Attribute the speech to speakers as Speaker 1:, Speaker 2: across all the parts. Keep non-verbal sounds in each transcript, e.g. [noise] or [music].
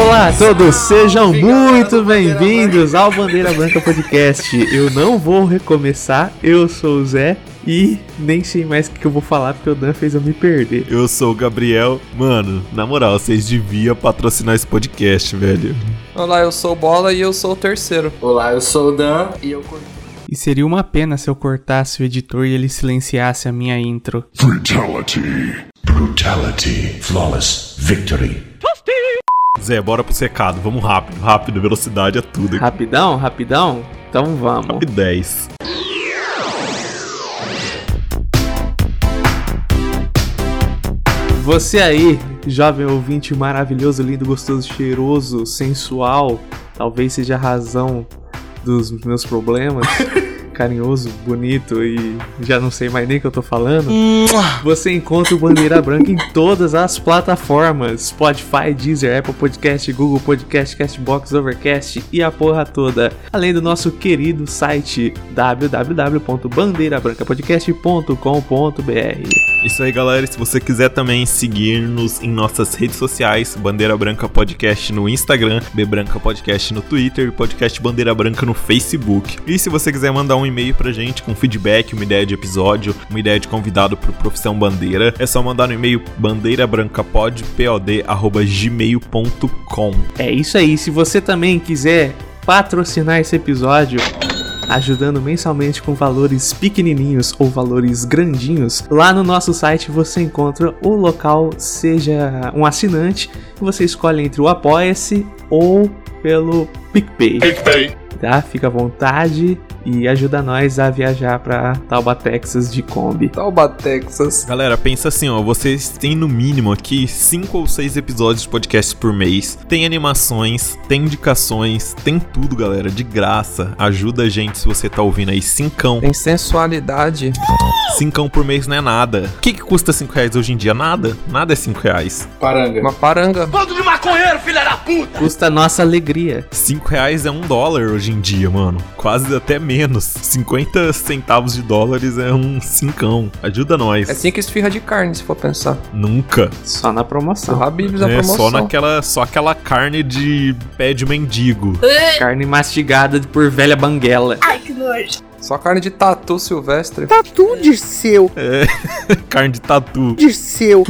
Speaker 1: Olá a todos, sejam muito bem-vindos ao Bandeira Branca Podcast. Eu não vou recomeçar, eu sou o Zé e nem sei mais o que eu vou falar porque o Dan fez eu me perder.
Speaker 2: Eu sou o Gabriel. Mano, na moral, vocês deviam patrocinar esse podcast, velho.
Speaker 3: Olá, eu sou o Bola e eu sou o terceiro.
Speaker 4: Olá, eu sou o Dan e eu curto.
Speaker 1: E seria uma pena se eu cortasse o editor e ele silenciasse a minha intro.
Speaker 5: Brutality. Brutality. Flawless victory.
Speaker 2: Zé, bora pro secado, vamos rápido, rápido, velocidade é tudo.
Speaker 1: Rapidão, rapidão? Então vamos.
Speaker 2: Top 10.
Speaker 1: Você aí, jovem ouvinte maravilhoso, lindo, gostoso, cheiroso, sensual, talvez seja a razão dos meus problemas. Carinhoso, bonito e já não sei mais nem o que eu tô falando. Você encontra o Bandeira Branca em todas as plataformas: Spotify, Deezer, Apple Podcast, Google Podcast, Castbox, Overcast e a porra toda. Além do nosso querido site www.bandeirabrancapodcast.com.br.
Speaker 2: Isso aí, galera. Se você quiser também seguir-nos em nossas redes sociais, Bandeira Branca Podcast no Instagram, B Branca Podcast no Twitter e Podcast Bandeira Branca no Facebook. E se você quiser mandar um e-mail pra gente com feedback, uma ideia de episódio, uma ideia de convidado pro Profissão Bandeira, é só mandar no e-mail bandeirabrancapod.pod@gmail.com.
Speaker 1: É isso aí. Se você também quiser patrocinar esse episódio, ajudando mensalmente com valores pequenininhos ou valores grandinhos, lá no nosso site você encontra o local, seja um assinante, e você escolhe entre o Apoia-se ou pelo PicPay, tá? Fica à vontade e ajuda nós a viajar pra Tauba, Texas de Kombi.
Speaker 3: Tauba, Tá Texas.
Speaker 2: Galera, pensa assim, ó, vocês têm no mínimo aqui cinco ou seis episódios de podcast por mês. Tem animações, tem indicações, tem tudo, galera, de graça. Ajuda a gente se você tá ouvindo aí cincão.
Speaker 3: Tem sensualidade.
Speaker 2: Cincão por mês não é nada. O que, que custa cinco reais hoje em dia? Nada. Nada é cinco reais.
Speaker 4: Paranga.
Speaker 3: Uma paranga.
Speaker 1: Custa nossa alegria.
Speaker 2: Cinco reais é um dólar hoje em dia, mano. Quase até menos. 50 centavos de dólares é um cincão. Ajuda nós.
Speaker 3: É cinco esfirra de carne, se for pensar.
Speaker 2: Nunca.
Speaker 1: Só na promoção.
Speaker 3: Surrar bibis na
Speaker 2: É
Speaker 3: promoção.
Speaker 2: só naquela, só aquela carne de pé de mendigo.
Speaker 1: Carne mastigada por velha banguela.
Speaker 3: Só carne de tatu silvestre.
Speaker 6: Tatu Dirceu,
Speaker 2: carne de tatu.
Speaker 6: Dirceu.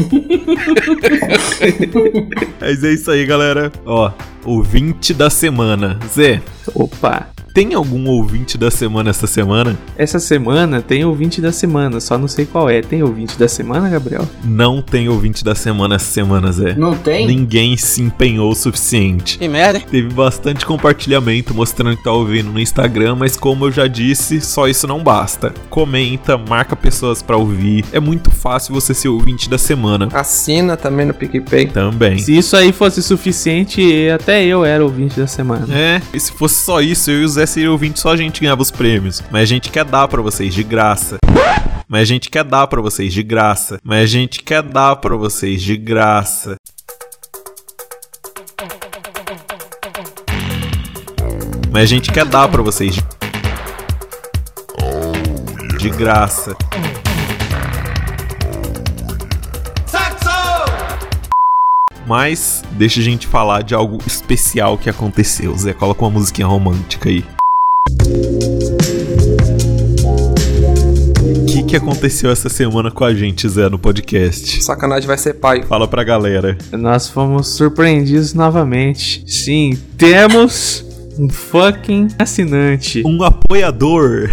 Speaker 2: Mas é isso aí, galera. Ó, ouvinte da semana. Zé,
Speaker 1: Opa.
Speaker 2: tem algum ouvinte da semana essa semana?
Speaker 1: Essa semana tem ouvinte da semana, só não sei qual é. Tem ouvinte da semana, Gabriel?
Speaker 2: Não tem ouvinte da semana essa semana, Zé.
Speaker 4: Não tem?
Speaker 2: Ninguém se empenhou o suficiente.
Speaker 6: Que merda, hein?
Speaker 2: Teve bastante compartilhamento mostrando que tá ouvindo no Instagram, mas como eu já disse, só isso não basta. Comenta, marca pessoas pra ouvir. É muito fácil você ser ouvinte da semana.
Speaker 3: Assina também no PicPay.
Speaker 2: Também.
Speaker 1: Se isso aí fosse suficiente, até eu era ouvinte da semana.
Speaker 2: É, e se fosse só isso, eu e o Zé seria ouvinte, só a gente ganhava os prêmios. Mas a gente quer dar pra vocês de graça. Mas a gente quer dar pra vocês de graça. Mas a gente quer dar pra vocês de graça. Mas a gente quer dar pra vocês de, de graça. Mas deixa a gente falar de algo especial que aconteceu. Zé, coloca uma musiquinha romântica aí. O que, que aconteceu essa semana com a gente, Zé, no podcast?
Speaker 3: Sacanagem vai ser pai.
Speaker 2: Fala pra galera.
Speaker 1: Nós fomos surpreendidos novamente. Sim, temos um fucking assinante.
Speaker 2: Um apoiador.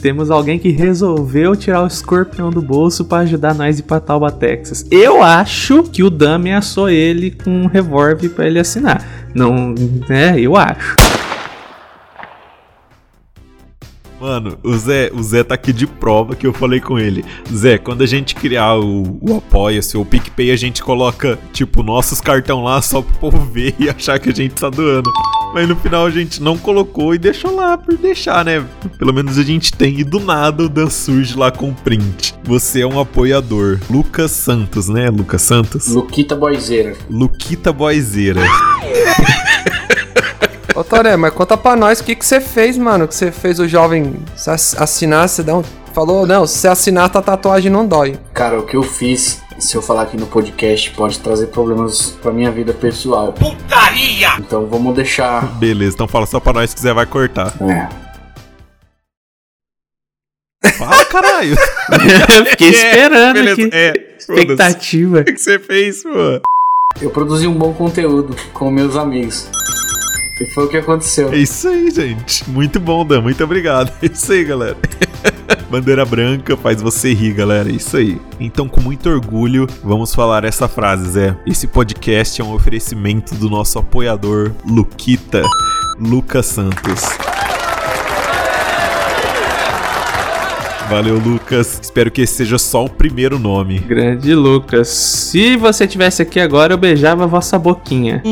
Speaker 1: Temos alguém que resolveu tirar o escorpião do bolso pra ajudar nós ir pra Tauba, Texas. Eu acho que o Dan ameaçou ele com um revólver pra ele assinar. Não, né? Eu acho. [laughs]
Speaker 2: Mano, o Zé, o Zé tá aqui de prova que eu falei com ele. Zé, quando a gente criar o, o Apoia-se ou o PicPay, a gente coloca, tipo, nossos cartão lá só pro povo ver e achar que a gente tá doando. Mas no final a gente não colocou e deixou lá por deixar, né? Pelo menos a gente tem. E do nada o Dan surge lá com o print. Você é um apoiador. Lucas Santos, né? Lucas Santos?
Speaker 4: Luquita Boizeira.
Speaker 2: Luquita Boizeira.
Speaker 3: Ô, Toré, mas conta pra nós o que que você fez, mano. Que você fez o jovem se ass- assinar, você dá um... Falou, não, se assinar, tua tá tatuagem não dói.
Speaker 4: Cara, o que eu fiz se eu falar aqui no podcast, pode trazer problemas pra minha vida pessoal. Putaria! Então vamos deixar.
Speaker 2: Beleza, então fala só pra nós que Zé vai cortar.
Speaker 4: É.
Speaker 2: Fala, caralho. [laughs]
Speaker 1: Fiquei esperando
Speaker 2: É, Beleza,
Speaker 1: aqui.
Speaker 2: é. foda-se.
Speaker 1: Expectativa.
Speaker 2: O que você fez, mano?
Speaker 4: Eu produzi um bom conteúdo com meus amigos. E foi o que aconteceu.
Speaker 2: É isso aí, gente. Muito bom, Dan. Muito obrigado. É isso aí, galera. [laughs] Bandeira branca faz você rir, galera. É isso aí. Então, com muito orgulho, vamos falar essa frase, Zé. Esse podcast é um oferecimento do nosso apoiador, Luquita, Lucas Santos. Valeu, Lucas. Espero que esse seja só o primeiro nome.
Speaker 1: Grande Lucas. Se você tivesse aqui agora, eu beijava a vossa boquinha.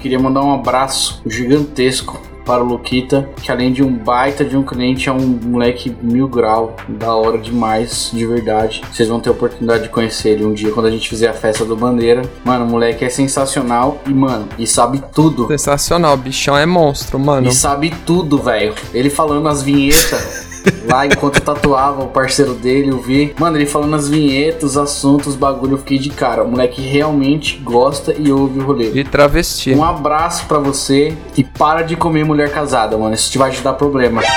Speaker 4: Queria mandar um abraço gigantesco para o Luquita, que além de um baita de um cliente, é um moleque mil grau, da hora demais, de verdade. Vocês vão ter a oportunidade de conhecer ele um dia quando a gente fizer a festa do Bandeira. Mano, o moleque é sensacional e, mano, e sabe tudo.
Speaker 3: Sensacional, bichão é monstro, mano.
Speaker 4: E sabe tudo, velho. Ele falando as vinhetas. Lá enquanto eu tatuava o parceiro dele, eu vi. Mano, ele falando as vinhetas, os assuntos, os bagulho, eu fiquei de cara. O moleque realmente gosta e ouve o rolê.
Speaker 3: De travesti.
Speaker 4: Um abraço pra você e para de comer mulher casada, mano. Isso te vai te dar problema.
Speaker 2: [laughs]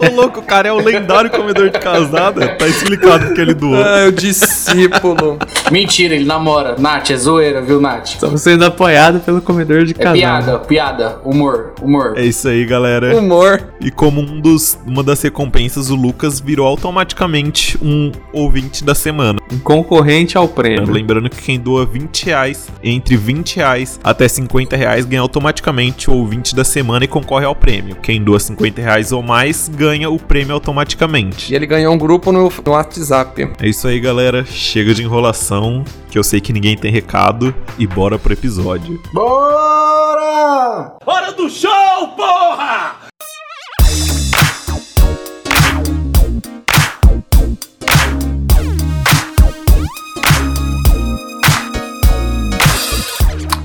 Speaker 2: Ô, louco, o cara é o lendário comedor de casada. Tá explicado porque ele doou.
Speaker 3: Ah, o discípulo.
Speaker 4: Mentira, ele namora. Nath, é zoeira, viu, Nath?
Speaker 1: Estamos sendo apoiado pelo comedor de
Speaker 4: É
Speaker 1: casal.
Speaker 4: piada, piada, humor, humor.
Speaker 2: [laughs] É isso aí, galera.
Speaker 3: Humor.
Speaker 2: E como um dos, uma das recompensas, o Lucas virou automaticamente um ouvinte da semana.
Speaker 1: Um concorrente ao prêmio.
Speaker 2: Lembrando que quem doa 20 reais, entre 20 reais até 50 reais, ganha automaticamente o ouvinte da semana e concorre ao prêmio. Quem doa 50 reais ou mais, ganha o prêmio automaticamente.
Speaker 3: E ele ganhou um grupo no, no WhatsApp.
Speaker 2: É isso aí, galera. Chega de enrolação, que eu sei que ninguém tem recado. E bora pro episódio.
Speaker 4: Bora!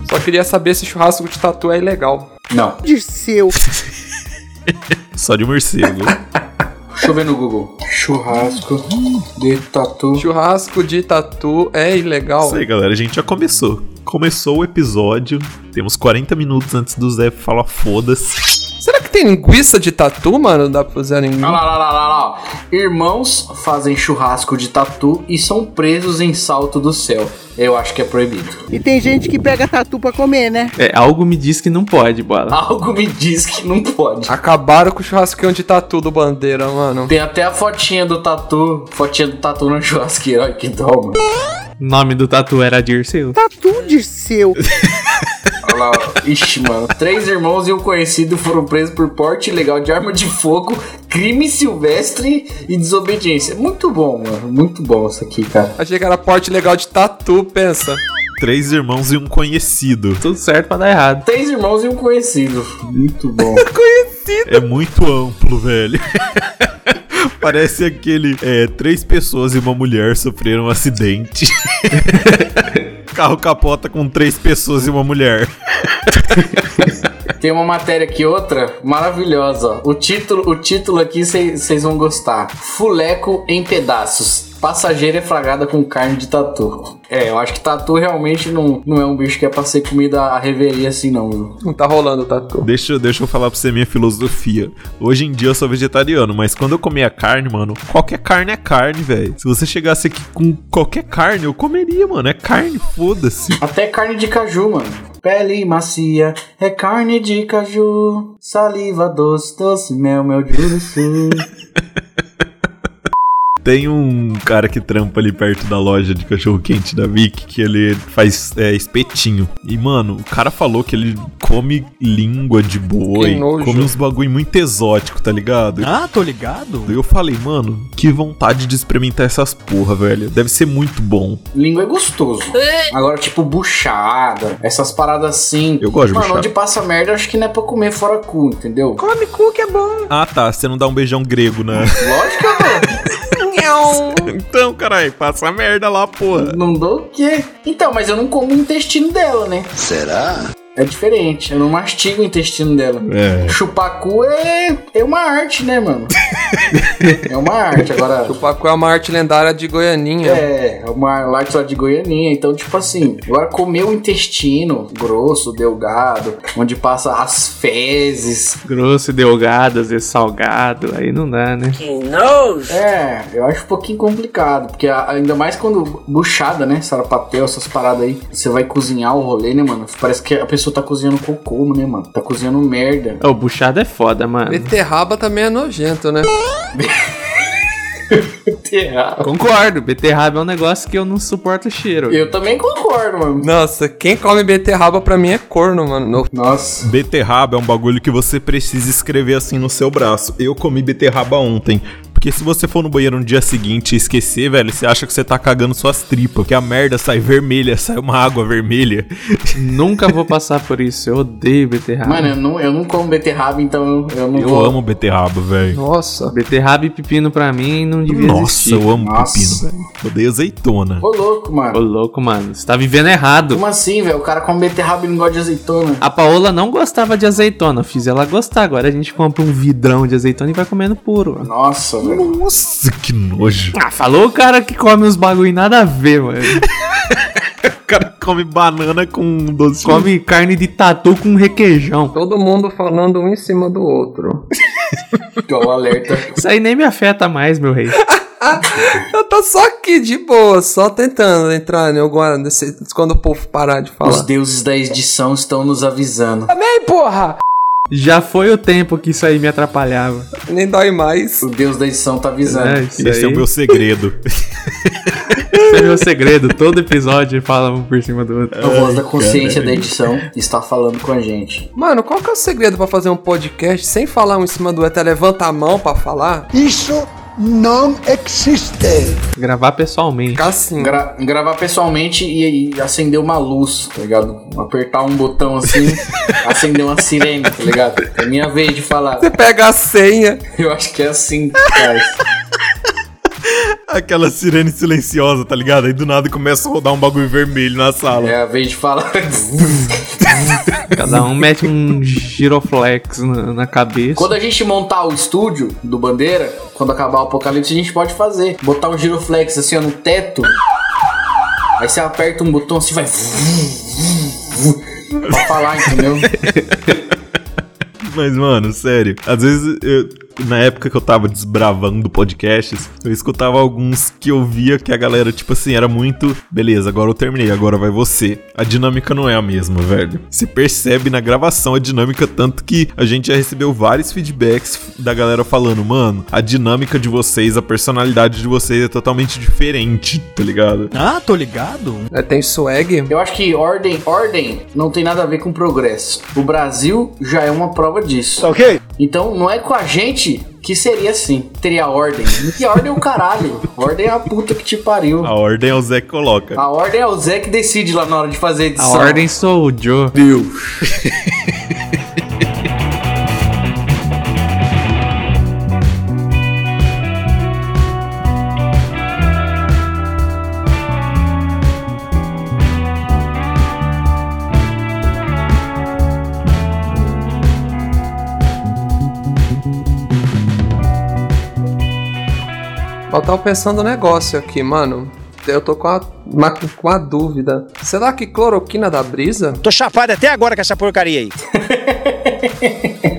Speaker 3: Só queria saber se churrasco de tatu é ilegal.
Speaker 4: Não,
Speaker 2: Só de morcego.
Speaker 4: deixa eu ver no Google. Churrasco de tatu.
Speaker 3: Churrasco de tatu é ilegal?
Speaker 2: isso aí, galera. A gente já começou. Começou o episódio. Temos 40 minutos antes do Zé falar foda-se.
Speaker 3: Será que tem linguiça de tatu, mano? Dá pra usar
Speaker 4: Olha
Speaker 3: linguiça?
Speaker 4: lá, lá, lá, lá, lá. ó. Irmãos fazem churrasco de tatu e são presos em salto do céu. Eu acho que é proibido. [laughs]
Speaker 6: E tem gente que pega tatu pra comer, né?
Speaker 1: É, algo me diz que não pode, bola.
Speaker 4: Algo me diz que não pode.
Speaker 3: Acabaram com o churrasquinho de tatu do Bandeira, mano.
Speaker 4: Tem até a fotinha do tatu. Fotinha do tatu na churrasqueira. Olha que dó, mano.
Speaker 1: O nome do tatu era Dirceu.
Speaker 6: Tatu de seu.
Speaker 4: Olha lá, ó. ixi, mano. Três irmãos e um conhecido foram presos por porte ilegal de arma de fogo, crime silvestre e desobediência. Muito bom, mano. Muito bom isso aqui, cara.
Speaker 3: Achei que era porte legal de tatu, pensa.
Speaker 2: Três irmãos e um conhecido.
Speaker 1: Tudo certo pra dar errado.
Speaker 4: Três irmãos e um conhecido. Muito bom.
Speaker 2: É muito amplo, velho. [laughs] Parece aquele. É, três pessoas e uma mulher sofreram um acidente. [laughs] Carro capota com três pessoas e uma mulher.
Speaker 4: Tem uma matéria aqui, outra, maravilhosa. ó. O título, o título aqui vocês vão gostar. Fuleco em pedaços. Passageira é fragada com carne de tatu. É, eu acho que tatu realmente não, não é um bicho que é pra ser comida a reveria assim, não, viu?
Speaker 3: Não tá rolando o tatu.
Speaker 2: Deixa, eu- deixa eu falar pra você minha filosofia. Hoje em dia eu sou vegetariano, mas quando eu comia carne, mano, qualquer carne é carne, velho. Se você chegasse aqui com qualquer carne, eu comeria, mano. É carne, foda-se.
Speaker 4: Até carne de caju, mano. Pele macia, é carne de caju. Saliva doce, doce, mel, mel de
Speaker 2: [laughs]
Speaker 4: uruçu.
Speaker 2: Tem um cara que trampa ali perto da loja de cachorro-quente da Vic que ele faz é, espetinho. E, mano, o cara falou que ele come língua de boi,
Speaker 3: Que nojo.
Speaker 2: come uns bagulho muito exótico, tá ligado?
Speaker 7: Ah, tô ligado.
Speaker 2: E eu falei, mano, que vontade de experimentar essas porra, velho. Deve ser muito bom.
Speaker 4: Língua é gostoso. Agora, tipo, buchada, essas paradas assim.
Speaker 2: Eu gosto de
Speaker 4: Mano,
Speaker 2: buchada.
Speaker 4: onde passa merda, eu acho que não é pra comer fora cu, entendeu?
Speaker 6: Come cu que é bom.
Speaker 2: Ah, tá, você não dá um beijão grego, né?
Speaker 4: Lógico, mano.
Speaker 2: então, caralho, passa merda lá, porra.
Speaker 4: Não dou o quê? Então, mas eu não como o intestino dela, né? É diferente. Eu não mastigo o intestino dela.
Speaker 2: É.
Speaker 4: Chupar cu é, é uma arte,
Speaker 2: [laughs]
Speaker 4: né, mano? é uma arte. Agora,
Speaker 3: Chupacu é uma arte lendária de Goianinha.
Speaker 4: É, é uma light lá de Goianinha. Então, tipo assim, agora comer o intestino grosso, delgado, onde passa as fezes.
Speaker 1: Grosso e delgado, às vezes salgado, aí não dá, né?
Speaker 7: Que nojo!
Speaker 4: É, eu acho um pouquinho complicado. Porque a- ainda mais quando buchada, né? Sarapatel, essas paradas aí. Você vai cozinhar o rolê, né, mano? Parece que a pessoa tá cozinhando cocô, né, mano? Tá cozinhando merda.
Speaker 1: Ô, buchada é foda, mano.
Speaker 3: Beterraba também é nojento, né?
Speaker 1: Concordo, beterraba é um negócio que eu não suporto o cheiro.
Speaker 4: Eu também concordo, mano.
Speaker 3: Nossa, quem come beterraba pra mim é corno, mano. No-
Speaker 4: Nossa.
Speaker 2: Beterraba é um bagulho que você precisa escrever assim no seu braço. Eu comi beterraba ontem. Porque se você for no banheiro no dia seguinte e esquecer, velho, você acha que você tá cagando suas tripas. Porque a merda sai vermelha, sai uma água vermelha.
Speaker 1: Nunca vou passar por isso, eu odeio beterraba.
Speaker 4: Mano, eu não, eu não como beterraba, então eu, eu não
Speaker 2: Eu
Speaker 4: vou.
Speaker 2: amo beterraba, velho.
Speaker 3: Nossa.
Speaker 1: Beterraba e pepino pra mim não devia
Speaker 2: Nossa,
Speaker 1: existir.
Speaker 2: eu amo
Speaker 4: Nossa.
Speaker 2: pepino, velho. Eu Odeio azeitona.
Speaker 4: Ô, louco,
Speaker 1: Ô,
Speaker 4: mano.
Speaker 1: louco, mano, você tá vivendo errado.
Speaker 4: Como assim, velho? O cara come beterraba e não gosta de azeitona.
Speaker 1: A Paola não gostava de azeitona, eu fiz ela gostar. Agora a gente compra um vidrão de azeitona e vai comendo puro. mano.
Speaker 4: Nossa,
Speaker 2: Uhum.
Speaker 4: velho.
Speaker 2: Nossa, que nojo.
Speaker 1: Ah, falou o cara que come uns bagulho e nada a ver, mano.
Speaker 2: O cara come banana com doce. de [laughs]
Speaker 1: Come carne de tatu com requeijão.
Speaker 3: Todo mundo falando um em cima do outro.
Speaker 4: Igual o alerta.
Speaker 1: Isso aí nem me afeta mais, meu rei.
Speaker 3: Eu tô só aqui, de boa, só tentando entrar em alguma... nesse- Quando o povo parar de
Speaker 4: Os
Speaker 3: falar.
Speaker 4: deuses da edição estão nos avisando.
Speaker 3: Amém, porra!
Speaker 1: Já foi o tempo que isso aí me atrapalhava.
Speaker 3: Nem dói mais.
Speaker 4: O deus da edição tá
Speaker 1: né?
Speaker 4: avisando.
Speaker 1: Isso
Speaker 2: Esse é
Speaker 1: aí-
Speaker 2: o meu segredo.
Speaker 1: esse é meu segredo. Todo episódio fala um por cima do outro.
Speaker 4: A voz da consciência da edição está falando com a gente.
Speaker 3: Mano, qual que é o segredo pra fazer um podcast sem falar um em cima do outro? É levantar a mão pra falar? E
Speaker 5: Isso não existe.
Speaker 2: É.
Speaker 1: Gravar pessoalmente.
Speaker 3: ficar assim.
Speaker 4: Gra- gravar pessoalmente e, e acender uma luz, tá ligado? Apertar um botão assim, acender uma sirene, tá ligado? É minha vez de falar.
Speaker 3: Você pega a senha.
Speaker 4: Eu acho que é assim, cara.
Speaker 2: [laughs] Aquela sirene silenciosa, tá ligado? Aí do nada começa a rodar um bagulho vermelho na sala.
Speaker 4: É a vez de falar.
Speaker 1: Cada um
Speaker 2: [laughs]
Speaker 1: mete um giroflex na, na cabeça.
Speaker 4: Quando a gente montar o estúdio do Bandeira, quando acabar o apocalipse, a gente pode fazer. Botar um giroflex assim, ó, no teto. Aí você aperta um botão assim, vai. [laughs] pra falar, entendeu?
Speaker 2: Mas, mano, sério. Às vezes, eu- na época que eu tava desbravando podcasts, eu escutava alguns que eu via que a galera, tipo assim, era muito. Beleza, agora eu terminei, agora vai você. A dinâmica não é a mesma, velho. Se percebe na gravação a dinâmica, tanto que a gente já recebeu vários feedbacks f- da galera falando, mano, a dinâmica de vocês, a personalidade de vocês é totalmente diferente, tá ligado?
Speaker 8: Ah, tô ligado.
Speaker 3: É, tem swag.
Speaker 4: Eu acho que ordem, ordem não tem nada a ver com progresso. O Brasil já é uma prova disso.
Speaker 8: ok?
Speaker 4: Então não é com a gente que seria assim. Teria ordem. E ordem é o caralho. Ordem é a puta que te pariu.
Speaker 2: A ordem é o Zé que coloca.
Speaker 4: A ordem é o Zé que decide lá na hora de fazer a
Speaker 1: A
Speaker 4: edição.
Speaker 1: ordem sou o Joe.
Speaker 3: Eu tava pensando um negócio aqui, mano. Eu tô com a, uma, com a dúvida. Será que cloroquina da brisa?
Speaker 8: Tô chapado até agora com essa porcaria aí.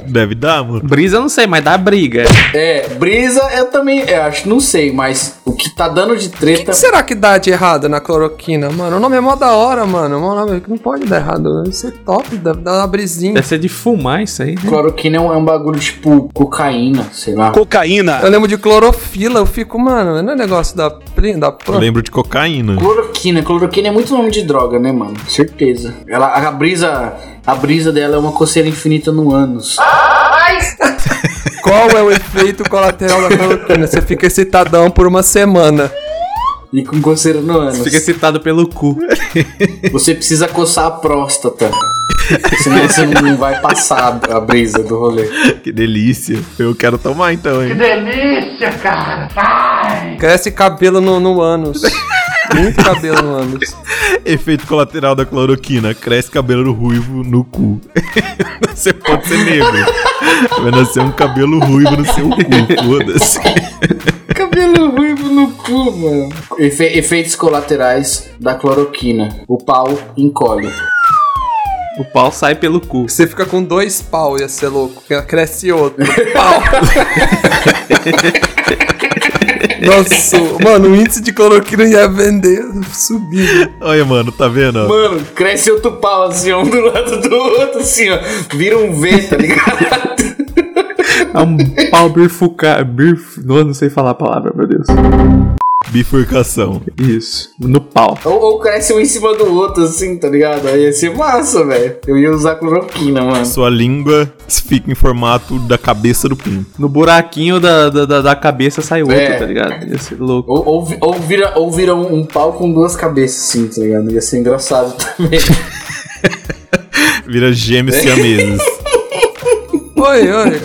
Speaker 2: Deve dar, mano.
Speaker 1: Brisa eu não sei, mas dá briga.
Speaker 4: É, brisa eu também, eu acho, não sei, mas o que tá dando de treta.
Speaker 3: O que será que dá de errado na cloroquina, mano? O nome é mó da hora, mano. O nome é não pode dar errado. Isso é top, dá, dá uma brisinha.
Speaker 1: Deve ser de fumar isso aí, né?
Speaker 4: Cloroquina é um, é um bagulho tipo cocaína, sei lá.
Speaker 8: Cocaína.
Speaker 3: Eu lembro de clorofila, eu fico, mano, não é negócio da pri- da
Speaker 2: Eu
Speaker 3: planta.
Speaker 2: lembro de cocaína.
Speaker 4: Cloroquina, cloroquina é muito nome de droga, né, mano? Certeza. Ela, a brisa, a brisa dela é uma coceira infinita no ânus.
Speaker 3: Qual é o efeito colateral da cloroquina? Você fica excitadão por uma semana.
Speaker 4: E com coceira no ânus.
Speaker 1: Fica excitado pelo cu.
Speaker 4: Você precisa coçar a próstata. Senão você não não vai passar a brisa do rolê.
Speaker 2: Que delícia. Eu quero tomar então, hein?
Speaker 3: Cresce cabelo no, no ânus. Muito cabelo no ânus.
Speaker 2: Efeito colateral da cloroquina. Cresce cabelo ruivo no cu. [laughs] Você pode ser negro. Vai nascer um cabelo ruivo no seu cu. Foda-se.
Speaker 4: Cabelo ruivo no cu, mano. Efe- efeitos colaterais da cloroquina. O pau encolhe.
Speaker 1: O pau sai pelo cu.
Speaker 3: Você fica com dois pau, ia ser louco. Cresce outro. Pau! Nossa, mano, o índice de cloroquina ia vender subindo.
Speaker 2: Olha, mano, tá vendo? ó?
Speaker 4: Mano, cresce outro pau assim, um do lado do outro, assim, ó. Vira um V, tá ligado?
Speaker 1: É um pau bifurcado. Bif... Não, não sei falar a palavra, meu Deus.
Speaker 2: Bifurcação.
Speaker 1: Isso. No pau.
Speaker 4: ou, ou cresce um em cima do outro, assim, tá ligado? Aí ia ser massa, velho. Eu ia usar cloroquina, mano.
Speaker 2: Sua língua fica em formato da cabeça do pinto.
Speaker 1: No buraquinho da, da, da- da cabeça sai outro,
Speaker 4: É.
Speaker 1: tá ligado? Ia ser louco.
Speaker 4: Ou, ou, vi- ou vira, ou vira um, um pau com duas cabeças, assim, tá ligado? Ia ser engraçado [laughs] também.
Speaker 2: Vira gêmeos
Speaker 4: É.
Speaker 2: siameses.
Speaker 3: Oi, oi.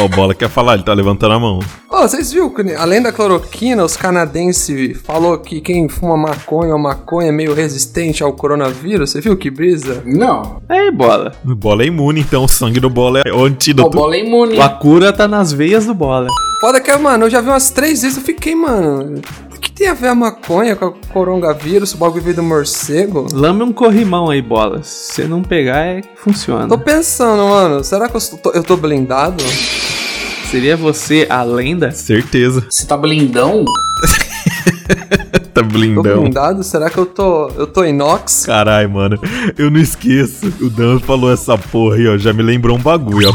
Speaker 2: Ó, o Bola quer falar, ele tá levantando a mão.
Speaker 3: Ó, vocês viram que além da cloroquina, os canadenses falou que quem fuma maconha ou maconha é meio resistente ao coronavírus. Você viu que brisa?
Speaker 4: Não.
Speaker 1: Aí, bola.
Speaker 2: O Bola é imune, então o sangue do Bola é o
Speaker 4: O
Speaker 2: antídoto.
Speaker 4: bola é imune.
Speaker 1: A cura tá nas veias do bola.
Speaker 3: Foda que, mano, eu já vi umas três vezes, eu fiquei, mano, o que tem a ver a maconha com o coronavírus, o bagulho veio do morcego?
Speaker 1: Lame um corrimão aí, bola. Se você não pegar, é que funciona.
Speaker 3: Tô pensando, mano, será que eu sou- tô, eu tô blindado?
Speaker 1: Seria você a lenda?
Speaker 2: Certeza.
Speaker 4: Você tá blindão? [laughs]
Speaker 2: Tá
Speaker 3: Tô
Speaker 2: blindão.
Speaker 3: blindado? Será que eu tô, eu tô inox?
Speaker 2: Caralho, mano, eu não esqueço. O Dan falou essa porra aí, ó. Já me lembrou um bagulho, ó.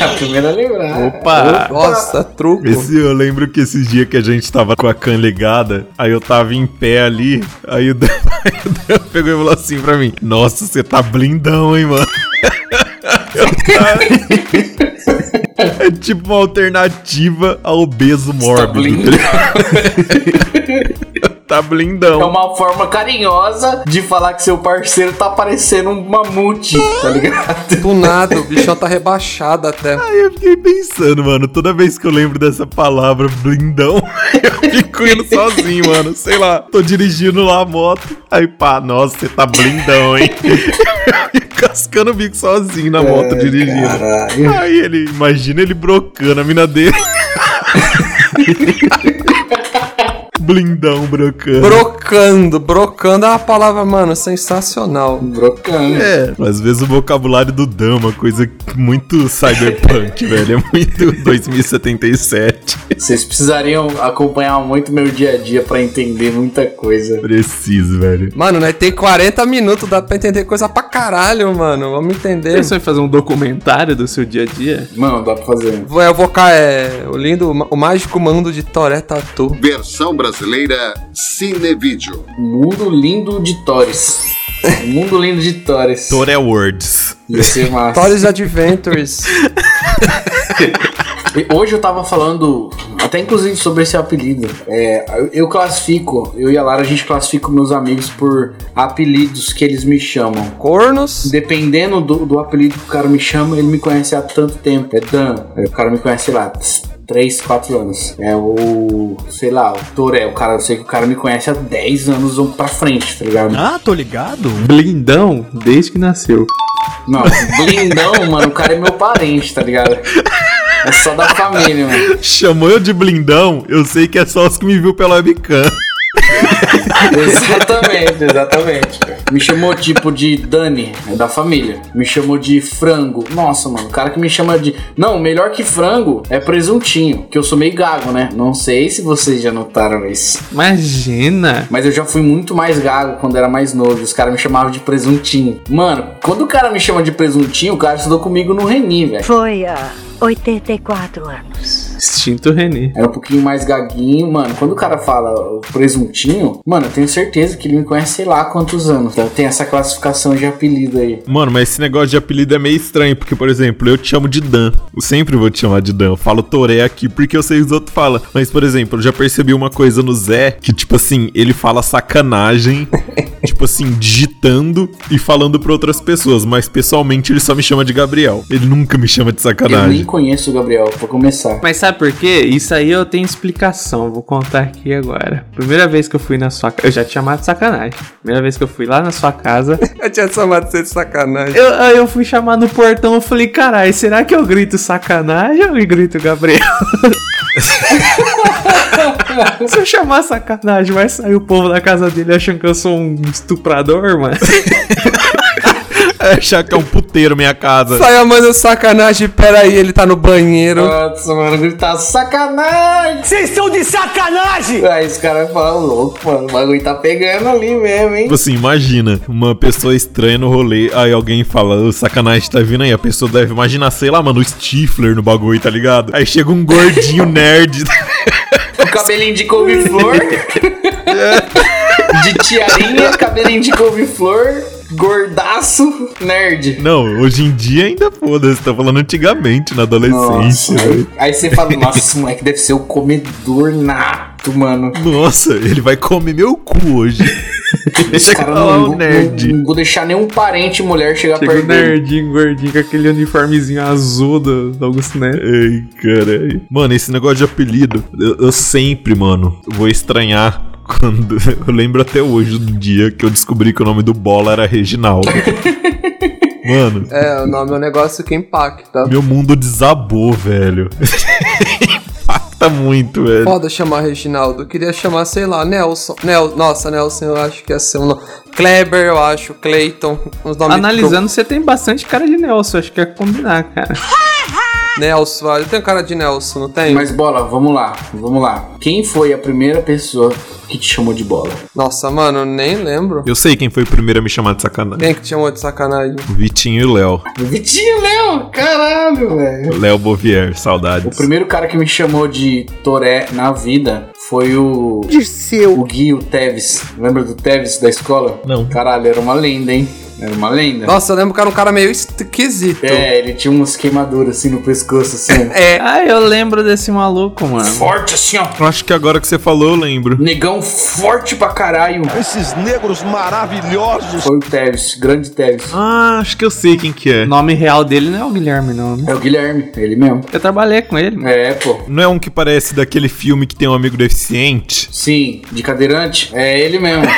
Speaker 4: É A primeira a lembrar. Tá
Speaker 1: Opa!
Speaker 3: Nossa, truco.
Speaker 2: Esse, eu lembro que esses dias que a gente tava com a can ligada, aí eu tava em pé ali, aí o Dan, [laughs] aí o Dan pegou e falou assim pra mim: Nossa, você tá blindão, hein, mano? [laughs] Eu tava- É tipo uma alternativa ao beso
Speaker 4: Tá
Speaker 2: mórbido.
Speaker 4: blindão.
Speaker 2: Tá blindão.
Speaker 4: É uma forma carinhosa de falar que seu parceiro tá parecendo um mamute, tá ligado?
Speaker 3: Do nada, o bichão tá rebaixado até.
Speaker 2: Aí eu fiquei pensando, mano, toda vez que eu lembro dessa palavra blindão, [laughs] eu fico indo sozinho, mano. Sei lá, tô dirigindo lá a moto, aí pá, nossa, você tá blindão, hein? [laughs] Eu fico Cascando o bico sozinho na moto dirigindo. Aí ele, imagina ele brocando a mina dele. [laughs] blindão brocando.
Speaker 3: Brocando, brocando é uma palavra, mano, sensacional.
Speaker 4: Brocando.
Speaker 2: É, às vezes o vocabulário do Dan é uma coisa muito cyberpunk, velho. É muito 2077.
Speaker 4: Vocês precisariam acompanhar muito meu dia a dia pra entender muita coisa.
Speaker 2: Preciso, velho.
Speaker 3: Mano, nós tem 40 minutos, dá pra entender coisa pra caralho, mano. Vamos entender.
Speaker 1: Pensou em fazer um documentário do seu dia a dia?
Speaker 4: Mano, dá pra fazer.
Speaker 3: Vou evocar é, o lindo, o mágico mando de Toré Tatu.
Speaker 7: Versão brasileira Cinevídeo.
Speaker 4: um Mundo lindo de Torres. Um Mundo lindo de Torres.
Speaker 2: Toré é Words. [laughs]
Speaker 4: Ia ser massa.
Speaker 3: Torres [laughs] Adventures.
Speaker 4: E Hoje eu tava falando, até inclusive sobre esse apelido. É, eu- eu classifico, eu e a Lara, a gente classifica meus amigos por apelidos que eles me chamam.
Speaker 3: Cornos.
Speaker 4: Dependendo do, do apelido que o cara me chama, ele me conhece há tanto tempo. É Dan, aí o cara me conhece lá. 3, 4 anos. É o. sei lá, o Toré. O cara, eu sei que o cara me conhece há 10 anos ou pra frente, tá ligado?
Speaker 8: Ah, tô ligado.
Speaker 1: Blindão desde que nasceu.
Speaker 4: Não, blindão, mano, o cara é meu parente, tá ligado? É só da família, mano.
Speaker 2: Chamou eu de blindão, eu sei que é só os que me viu pela webcam.
Speaker 4: Exatamente, exatamente. Me chamou tipo de Dani, é da família. Me chamou de frango. Nossa, mano, o cara que me chama de. Não, melhor que frango é presuntinho, que eu sou meio gago, né? Não sei se vocês já notaram isso.
Speaker 1: Imagina!
Speaker 4: Mas eu já fui muito mais gago quando era mais novo. Os caras me chamavam de presuntinho. Mano, quando o cara me chama de presuntinho, o cara estudou comigo no Reni, velho.
Speaker 9: Foi há 84 anos.
Speaker 1: Extinto René.
Speaker 4: Era um pouquinho mais gaguinho, mano. Quando o cara fala o presuntinho, mano, eu tenho certeza que ele me conhece sei lá há quantos anos. Então tem essa classificação de apelido aí.
Speaker 2: Mano, mas esse negócio de apelido é meio estranho, porque, por exemplo, eu te chamo de Dan. Eu sempre vou te chamar de Dan. Eu falo Toré aqui porque eu sei que os outros falam. Mas, por exemplo, eu já percebi uma coisa no Zé, que, tipo assim, ele fala sacanagem [laughs] tipo assim, digitando e falando pra outras pessoas, mas pessoalmente ele só me chama de Gabriel. Ele nunca me chama de
Speaker 4: Eu nem
Speaker 2: sacanagem.
Speaker 4: conheço o Gabriel, pra começar.
Speaker 1: Mas sabe por quê? Isso aí eu tenho explicação, vou contar aqui agora. Primeira vez que eu fui na sua casa, eu já te chamava de sacanagem. Primeira vez que eu fui lá na sua casa,
Speaker 3: Eu tinha chamado você de
Speaker 1: [laughs]
Speaker 3: sacanagem.
Speaker 1: eu, aí eu fui chamar no portão, eu falei, carai, será que eu grito sacanagem ou eu grito Gabriel? [laughs] Se eu chamar sacanagem, vai sair o povo da casa dele achando que eu sou um estuprador, mano.
Speaker 2: É, achar que é um puteiro minha casa.
Speaker 3: Sai a mãe do sacanagem, peraí, ele tá no banheiro.
Speaker 4: Nossa, mano, gritar sacanagem!
Speaker 8: Vocês estão de sacanagem!
Speaker 4: Aí os caras falam, louco, mano, o bagulho tá pegando ali mesmo, hein?
Speaker 2: Tipo assim, imagina uma pessoa estranha no rolê, aí alguém fala, "Ô, sacanagem tá vindo aí. A pessoa deve imaginar, sei lá, mano, o Stifler no bagulho, tá ligado? Aí chega um
Speaker 4: [laughs]
Speaker 2: gordinho nerd.
Speaker 4: O cabelinho de couve-flor. [laughs] de tiarinha, cabelinho de couve-flor. Gordaço, nerd.
Speaker 2: Não, hoje em dia ainda foda-se, tá falando antigamente, na adolescência. velho.
Speaker 4: aí, aí você fala, nossa, esse moleque deve ser o comedor nato, mano.
Speaker 2: Nossa, ele vai comer meu cu hoje.
Speaker 4: [laughs] Esse
Speaker 2: Deixa eu
Speaker 4: cara
Speaker 2: falar
Speaker 4: não,
Speaker 2: é o
Speaker 4: não,
Speaker 2: nerd.
Speaker 4: não vou deixar nenhum parente mulher chegar
Speaker 1: Chega o
Speaker 4: perto dele.
Speaker 1: nerdinho gordinho com aquele uniformezinho azul do, do Augusto Neto.
Speaker 2: Ai, caralho. Mano, esse negócio de apelido, eu, eu sempre, mano, vou estranhar quando. [laughs] Eu lembro até hoje do dia que eu descobri que o nome do Bola era Reginaldo. mano,
Speaker 3: É, o nome é um negócio que impacta.
Speaker 2: meu mundo desabou, velho. [laughs] Impacta muito, velho.
Speaker 3: Foda chamar Reginaldo. Eu queria chamar, sei lá, Nelson. Nel... Nossa, Nelson, eu acho que ia ser um nome. Kleber, eu acho. Clayton. Uns nomes
Speaker 1: Analisando, você tem bastante cara de Nelson, acho que é combinar, cara.
Speaker 3: pro- Nelson, ah, eu tenho cara de Nelson, não tem?
Speaker 4: Mas bola, vamos lá, vamos lá. Quem foi a primeira pessoa que te chamou de bola?
Speaker 3: Nossa, mano, eu nem lembro.
Speaker 2: Eu sei quem foi o primeiro a me chamar de sacanagem.
Speaker 3: Quem que te chamou de sacanagem?
Speaker 2: O Vitinho e o Léo.
Speaker 4: Vitinho Léo, caralho, velho.
Speaker 2: Léo Bovier,
Speaker 4: O
Speaker 2: saudades.
Speaker 4: primeiro cara que me chamou de Toré na vida foi o.
Speaker 6: Dirceu.
Speaker 4: O Gui, o Teves. Lembra do Teves da escola?
Speaker 2: Não.
Speaker 4: Caralho, era uma lenda, hein? Era uma lenda.
Speaker 3: Nossa, eu lembro que era um cara meio esquisito.
Speaker 4: É, ele tinha umas queimaduras assim no pescoço, assim.
Speaker 3: É,
Speaker 1: Ah, eu lembro desse maluco, mano.
Speaker 4: forte assim, ó.
Speaker 2: Eu acho que agora que você falou, eu lembro.
Speaker 4: Negão forte pra caralho.
Speaker 5: Esses negros maravilhosos.
Speaker 4: Foi o Teves, grande Teves.
Speaker 2: Ah, acho que eu sei quem que é.
Speaker 1: O nome real dele não é o Guilherme, não, né?
Speaker 4: É o Guilherme, ele mesmo.
Speaker 1: Eu trabalhei com ele, mano.
Speaker 4: É, pô.
Speaker 2: Não é um que parece daquele filme que tem um amigo deficiente?
Speaker 4: Sim, de cadeirante? É ele mesmo.
Speaker 2: [laughs]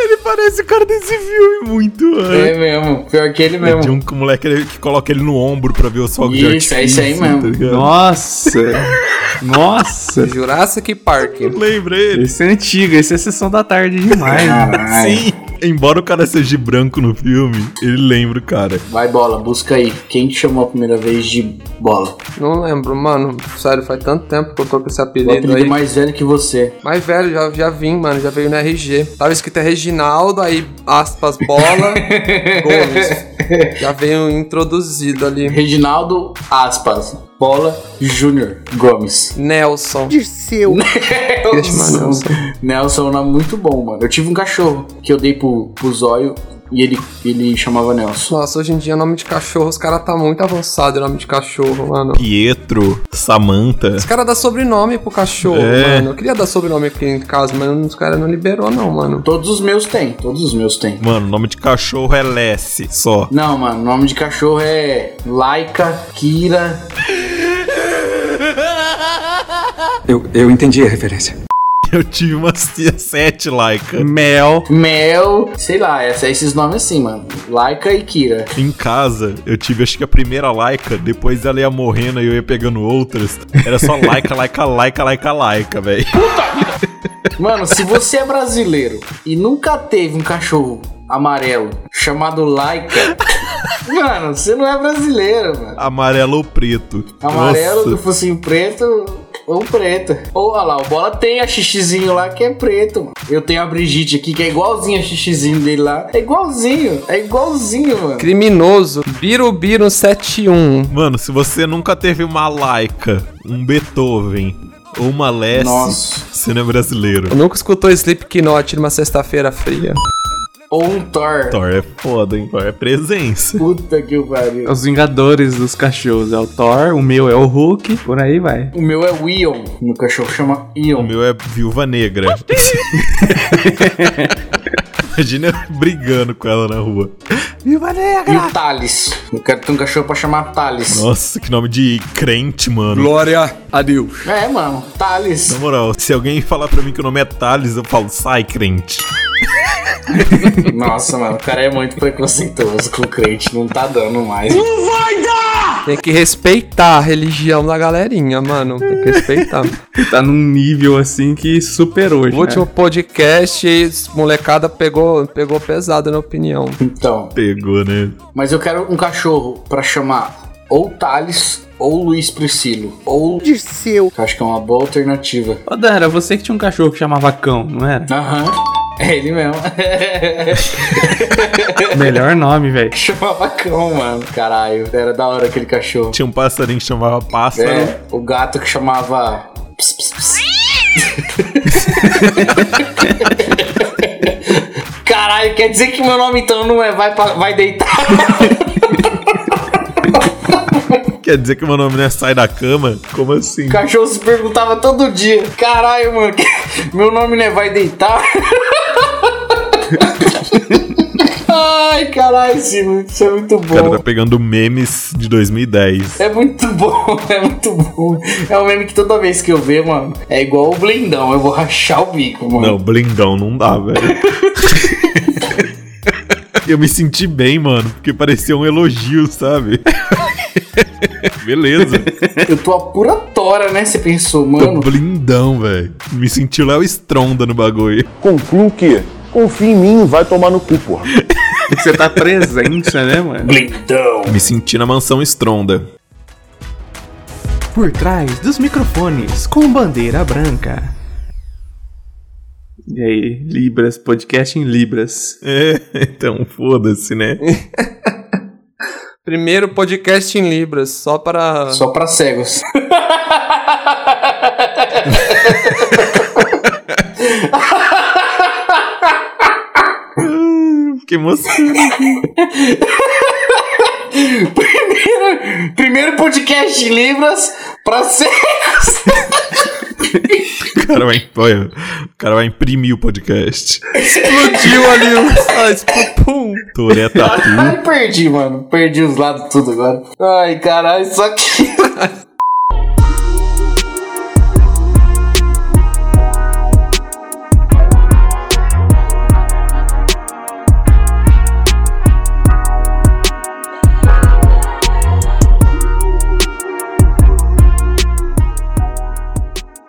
Speaker 2: Ele parece o cara desse filme muito,
Speaker 4: é mesmo. Pior que ele mesmo.
Speaker 2: De um que o moleque que coloca ele no ombro pra ver o sol de
Speaker 4: Isso, é isso aí
Speaker 2: artifício,
Speaker 4: mesmo.
Speaker 2: tá
Speaker 1: [laughs]
Speaker 2: ligado?
Speaker 1: Nossa! Nossa!
Speaker 3: Jurassic Park.
Speaker 2: Lembra ele?
Speaker 1: Esse é antigo, esse é sessão da tarde
Speaker 2: né?
Speaker 1: demais. mano.
Speaker 4: Caralho.
Speaker 2: Sim. Embora o cara seja branco no filme, ele lembra o cara.
Speaker 4: Vai bola, busca aí. Quem te chamou a primeira vez de bola?
Speaker 3: Não lembro, mano. Sério, faz tanto tempo que eu tô com esse
Speaker 4: O
Speaker 3: apelido
Speaker 4: apelido
Speaker 3: aí.
Speaker 4: mais velho que você.
Speaker 3: Mais velho, já, já vim, mano, já veio no RG. Tava escrito é Reginaldo, aí aspas, bola, Gomes. Já veio introduzido ali.
Speaker 4: Reginaldo, aspas, bola, Júnior, Gomes.
Speaker 3: Nelson.
Speaker 6: Dirceu.
Speaker 3: Queria chamar Nelson.
Speaker 4: Nelson é um nome muito bom, mano. Eu tive um cachorro que eu dei pro, pro Zóio e ele, ele chamava Nelson.
Speaker 3: Nossa, hoje em dia nome de cachorro, os caras tá muito avançado em nome de cachorro, mano.
Speaker 2: Pietro, Samantha.
Speaker 3: Os caras dão sobrenome pro cachorro,
Speaker 2: É.
Speaker 3: mano. Eu queria dar sobrenome aqui em casa, mas os caras não liberou, não, mano.
Speaker 4: Todos os meus tem, todos os meus tem.
Speaker 2: Mano, o nome de cachorro é Lessie, só. [laughs]
Speaker 4: Não, mano, nome de cachorro é Laika, Kira.
Speaker 10: Eu, eu entendi a referência.
Speaker 2: Eu tive umas sete laica.
Speaker 1: Mel.
Speaker 4: Mel, sei lá, essa- esses nomes assim, mano. Laika e Kira.
Speaker 2: Em casa, eu tive acho que a primeira laica, depois ela ia morrendo e eu ia pegando outras. Era só laica, laica, laica, laica, laica, velho.
Speaker 4: Mano, se você é brasileiro e nunca teve um cachorro amarelo chamado Laika, mano, você não é brasileiro, mano.
Speaker 2: Amarelo ou preto?
Speaker 4: Amarelo
Speaker 2: Nossa.
Speaker 4: do focinho preto ou preta. Olha lá, o Bola tem a xixizinho lá que é preto, mano. Eu tenho a Brigitte aqui que é igualzinho a xixizinho dele lá. É igualzinho, é igualzinho, mano.
Speaker 3: Criminoso. Birubiru 71.
Speaker 2: Mano, se você nunca teve uma laica, um Beethoven ou uma Lessie,
Speaker 4: Nossa.
Speaker 2: você não é brasileiro.
Speaker 3: Nunca escutou Slipknot numa sexta-feira fria.
Speaker 4: Ou um Thor.
Speaker 2: Thor é foda, hein? Thor é presença.
Speaker 4: Puta que o pariu.
Speaker 1: É Os Vingadores dos cachorros. É o Thor, o meu é o Hulk, por aí vai.
Speaker 4: O meu é o Ion. Meu cachorro chama
Speaker 2: O
Speaker 4: Ion.
Speaker 2: meu é viúva
Speaker 4: [laughs]
Speaker 2: negra. Imagina eu brigando com ela na rua.
Speaker 4: E o Thales. Eu quero ter um cachorro pra chamar Thales.
Speaker 2: Nossa, que nome de crente, mano.
Speaker 3: Glória a Deus.
Speaker 4: É, mano. Thales.
Speaker 2: [laughs] Na moral, se alguém falar pra mim que o nome é Thales, eu falo, sai, crente.
Speaker 4: Nossa, mano. O cara é muito preconceituoso com o crente. Não tá dando mais.
Speaker 3: Tem que respeitar a religião da galerinha, mano. Tem que
Speaker 10: [laughs]
Speaker 3: respeitar.
Speaker 1: Tá num nível assim que superou. né?
Speaker 3: No último podcast, esse molecada pegou, pegou pesado na opinião.
Speaker 4: Então.
Speaker 2: Pegou, né?
Speaker 4: Mas eu quero um cachorro pra chamar ou Thales ou Luiz Priscilo. Ou.
Speaker 6: Dirceu.
Speaker 4: Eu Acho que é uma boa alternativa.
Speaker 1: Ô, Dan, era você que tinha um cachorro que chamava cão, não [laughs] era?
Speaker 4: Aham. É ele mesmo. [laughs]
Speaker 1: Melhor nome, velho.
Speaker 4: Chamava cão, mano. Caralho. Era da hora aquele cachorro.
Speaker 2: Tinha um passarinho que chamava pássaro.
Speaker 4: É, o gato que chamava. Ps, ps, ps. Caralho, quer dizer que meu nome então não é Vai, pra- vai Deitar?
Speaker 2: Quer dizer que meu nome não é Sai da Cama? Como assim?
Speaker 4: O cachorro se perguntava todo dia: Caralho, mano, meu nome não é Vai Deitar? [laughs] Ai, caralho, Silo, isso é muito
Speaker 2: O cara tá
Speaker 4: bom.
Speaker 2: pegando memes de 2010.
Speaker 4: É muito bom, [laughs] é muito bom. É um meme que toda vez que eu ver, mano, é igual o blindão. Eu vou rachar o bico, mano.
Speaker 2: Não, blindão não dá, velho. [laughs] Eu me senti bem, mano, porque parecia um elogio, sabe? [laughs] Beleza.
Speaker 4: Eu tô a pura tora, né? Você pensou,
Speaker 2: Tô
Speaker 4: mano.
Speaker 2: blindão, velho. Me senti Léo Stronda no bagulho.
Speaker 5: Concluo que confia em mim, vai tomar no cu, porra.
Speaker 1: Você tá presença, né, mano?
Speaker 4: Blindão.
Speaker 2: Me senti na mansão Stronda.
Speaker 1: Por trás dos microfones, com bandeira branca. E aí, Libras, podcast em Libras.
Speaker 2: É, então foda-se, né? [laughs]
Speaker 3: Primeiro podcast em Libras, só para.
Speaker 4: Só pra cegos. [laughs]
Speaker 2: Fiquei emocionado.
Speaker 4: Primeiro, primeiro podcast de Libras pra cegos.
Speaker 2: O cara vai, olha, o cara vai imprimir o podcast.
Speaker 3: Explodiu ali o. Ah, expl- pum.
Speaker 2: Toré Tatu.
Speaker 4: Ai, perdi, mano. Perdi os lados tudo agora. Ai, caralho, só que.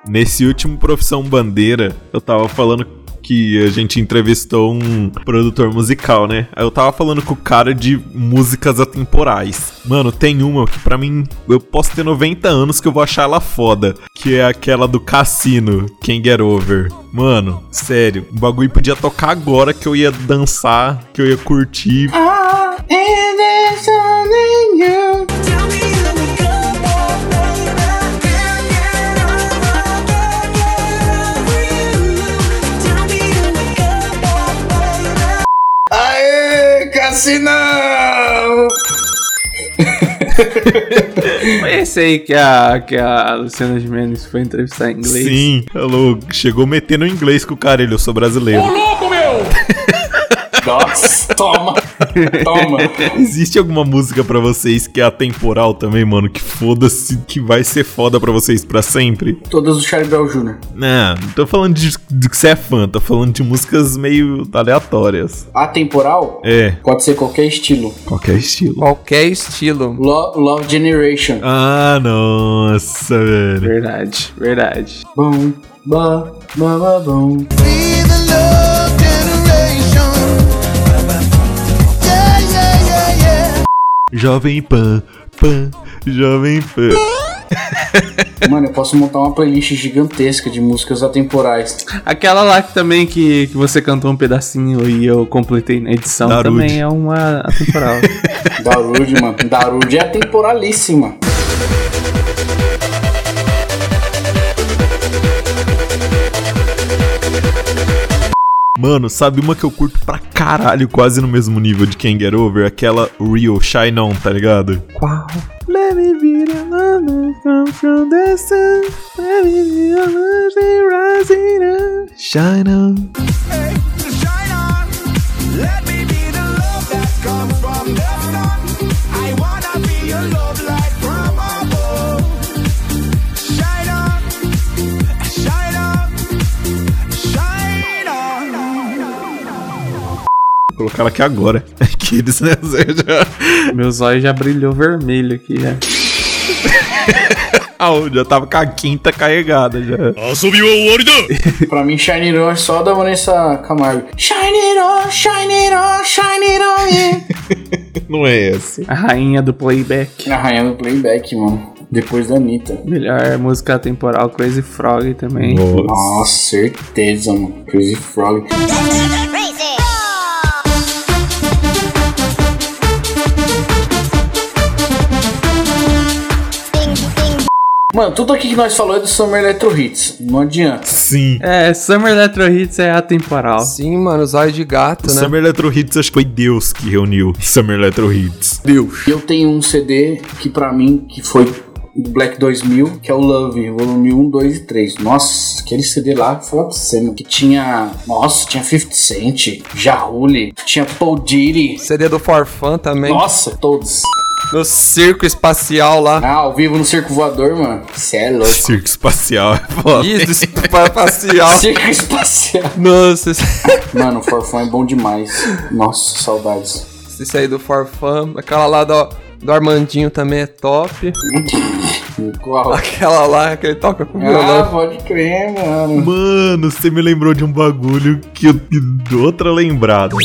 Speaker 2: Nesse último Profissão Bandeira, eu tava falando que a gente entrevistou um produtor musical, né? Aí eu tava falando com o cara de músicas atemporais. Mano, tem uma que pra mim, eu posso ter 90 anos que eu vou achar ela foda, que é aquela do Cassino, Can Get Over. Mano, sério, o bagulho podia tocar agora que eu ia dançar, que eu ia curtir.
Speaker 4: Ah, Aê, Cassinão!
Speaker 1: Esse aí que a, que a Luciana Gimenez foi entrevistar em inglês.
Speaker 2: Sim, alô, chegou metendo em inglês com o cara, ele, eu sou brasileiro.
Speaker 4: [laughs] Nossa, toma. Toma.
Speaker 2: Existe alguma música pra vocês que é atemporal também, mano? Que foda-se, que vai ser foda pra vocês pra sempre?
Speaker 4: Todas do Charlie Brown Jr.
Speaker 2: Não, não tô falando de, de que você é fã, tô falando de músicas meio aleatórias.
Speaker 4: Atemporal?
Speaker 2: É,
Speaker 4: Pode ser qualquer estilo.
Speaker 2: qualquer estilo.
Speaker 3: Qualquer estilo.
Speaker 4: Lo- Love Generation.
Speaker 2: Ah, nossa, velho.
Speaker 1: Verdade, verdade.
Speaker 4: Bom, ba, ba, ba, bom.
Speaker 2: Jovem Pan, Pan, Jovem Pan.
Speaker 4: Mano, eu posso montar uma playlist gigantesca de músicas atemporais.
Speaker 1: Aquela lá que também que, que você cantou um pedacinho e eu completei na edição
Speaker 2: Darude.
Speaker 1: também é uma atemporal.
Speaker 4: Darude, mano. Darude é atemporalíssima.
Speaker 2: Mano, sabe uma que eu curto pra caralho, quase no mesmo nível de Can Get Over? Aquela Real Shine On, tá ligado?
Speaker 1: Qual? Let me be the one that comes from the sun. Let me be the one that rising up. Shine on.
Speaker 2: [laughs] Vou colocar ela aqui agora. [laughs] Aqueles, né? Zé? Já...
Speaker 1: Meus olhos já brilhou vermelho aqui, né?
Speaker 2: [laughs] Ah, eu já tava com a quinta carregada já.
Speaker 4: Pra mim, Shine It On é só da Vanessa Camargo. Shine It On, Shine It On, Shine It On, yeah.
Speaker 2: [laughs]
Speaker 4: [laughs]
Speaker 2: Não é essa.
Speaker 1: A rainha do playback.
Speaker 4: A rainha do playback, mano. Depois da Anitta.
Speaker 1: Melhor música atemporal, Crazy Frog também.
Speaker 2: Nossa.
Speaker 4: Nossa, certeza, mano. Crazy Frog. Mano, tudo aqui que nós falou é do Summer Electro Hits. Não adianta.
Speaker 2: Sim.
Speaker 1: É, Summer Electro Hits é atemporal.
Speaker 3: Sim, mano, os olhos de gato, né?
Speaker 2: Summer Electro Hits, acho que foi Deus que reuniu Summer Electro Hits.
Speaker 3: Deus.
Speaker 4: Eu tenho um CD que pra mim que foi do Black 2000, que é o Love, volume 1, 2 e 3. Nossa, aquele CD lá, fala pra você, mano, que tinha, nossa, tinha 50 Cent, Jarulli, tinha Paul Diddy.
Speaker 3: CD do Forfã também.
Speaker 4: Nossa, todos.
Speaker 3: No circo espacial lá.
Speaker 4: Ah, ao vivo no Circo Voador, mano. Cê é louco.
Speaker 2: Circo espacial é foda. hein?
Speaker 3: Isso,
Speaker 4: [laughs]
Speaker 3: espacial.
Speaker 4: Circo Espacial.
Speaker 3: Nossa, esse-
Speaker 4: Mano, o Forfã é bom demais. Nossa, saudades.
Speaker 3: esse aí do Forfã. Aquela lá do, do Armandinho também é top.
Speaker 4: Qual?
Speaker 3: Aquela lá que ele toca com
Speaker 4: Ah,
Speaker 3: violão.
Speaker 4: pode crer, mano.
Speaker 2: Mano, você me lembrou de um bagulho que eu que dou outra lembrada.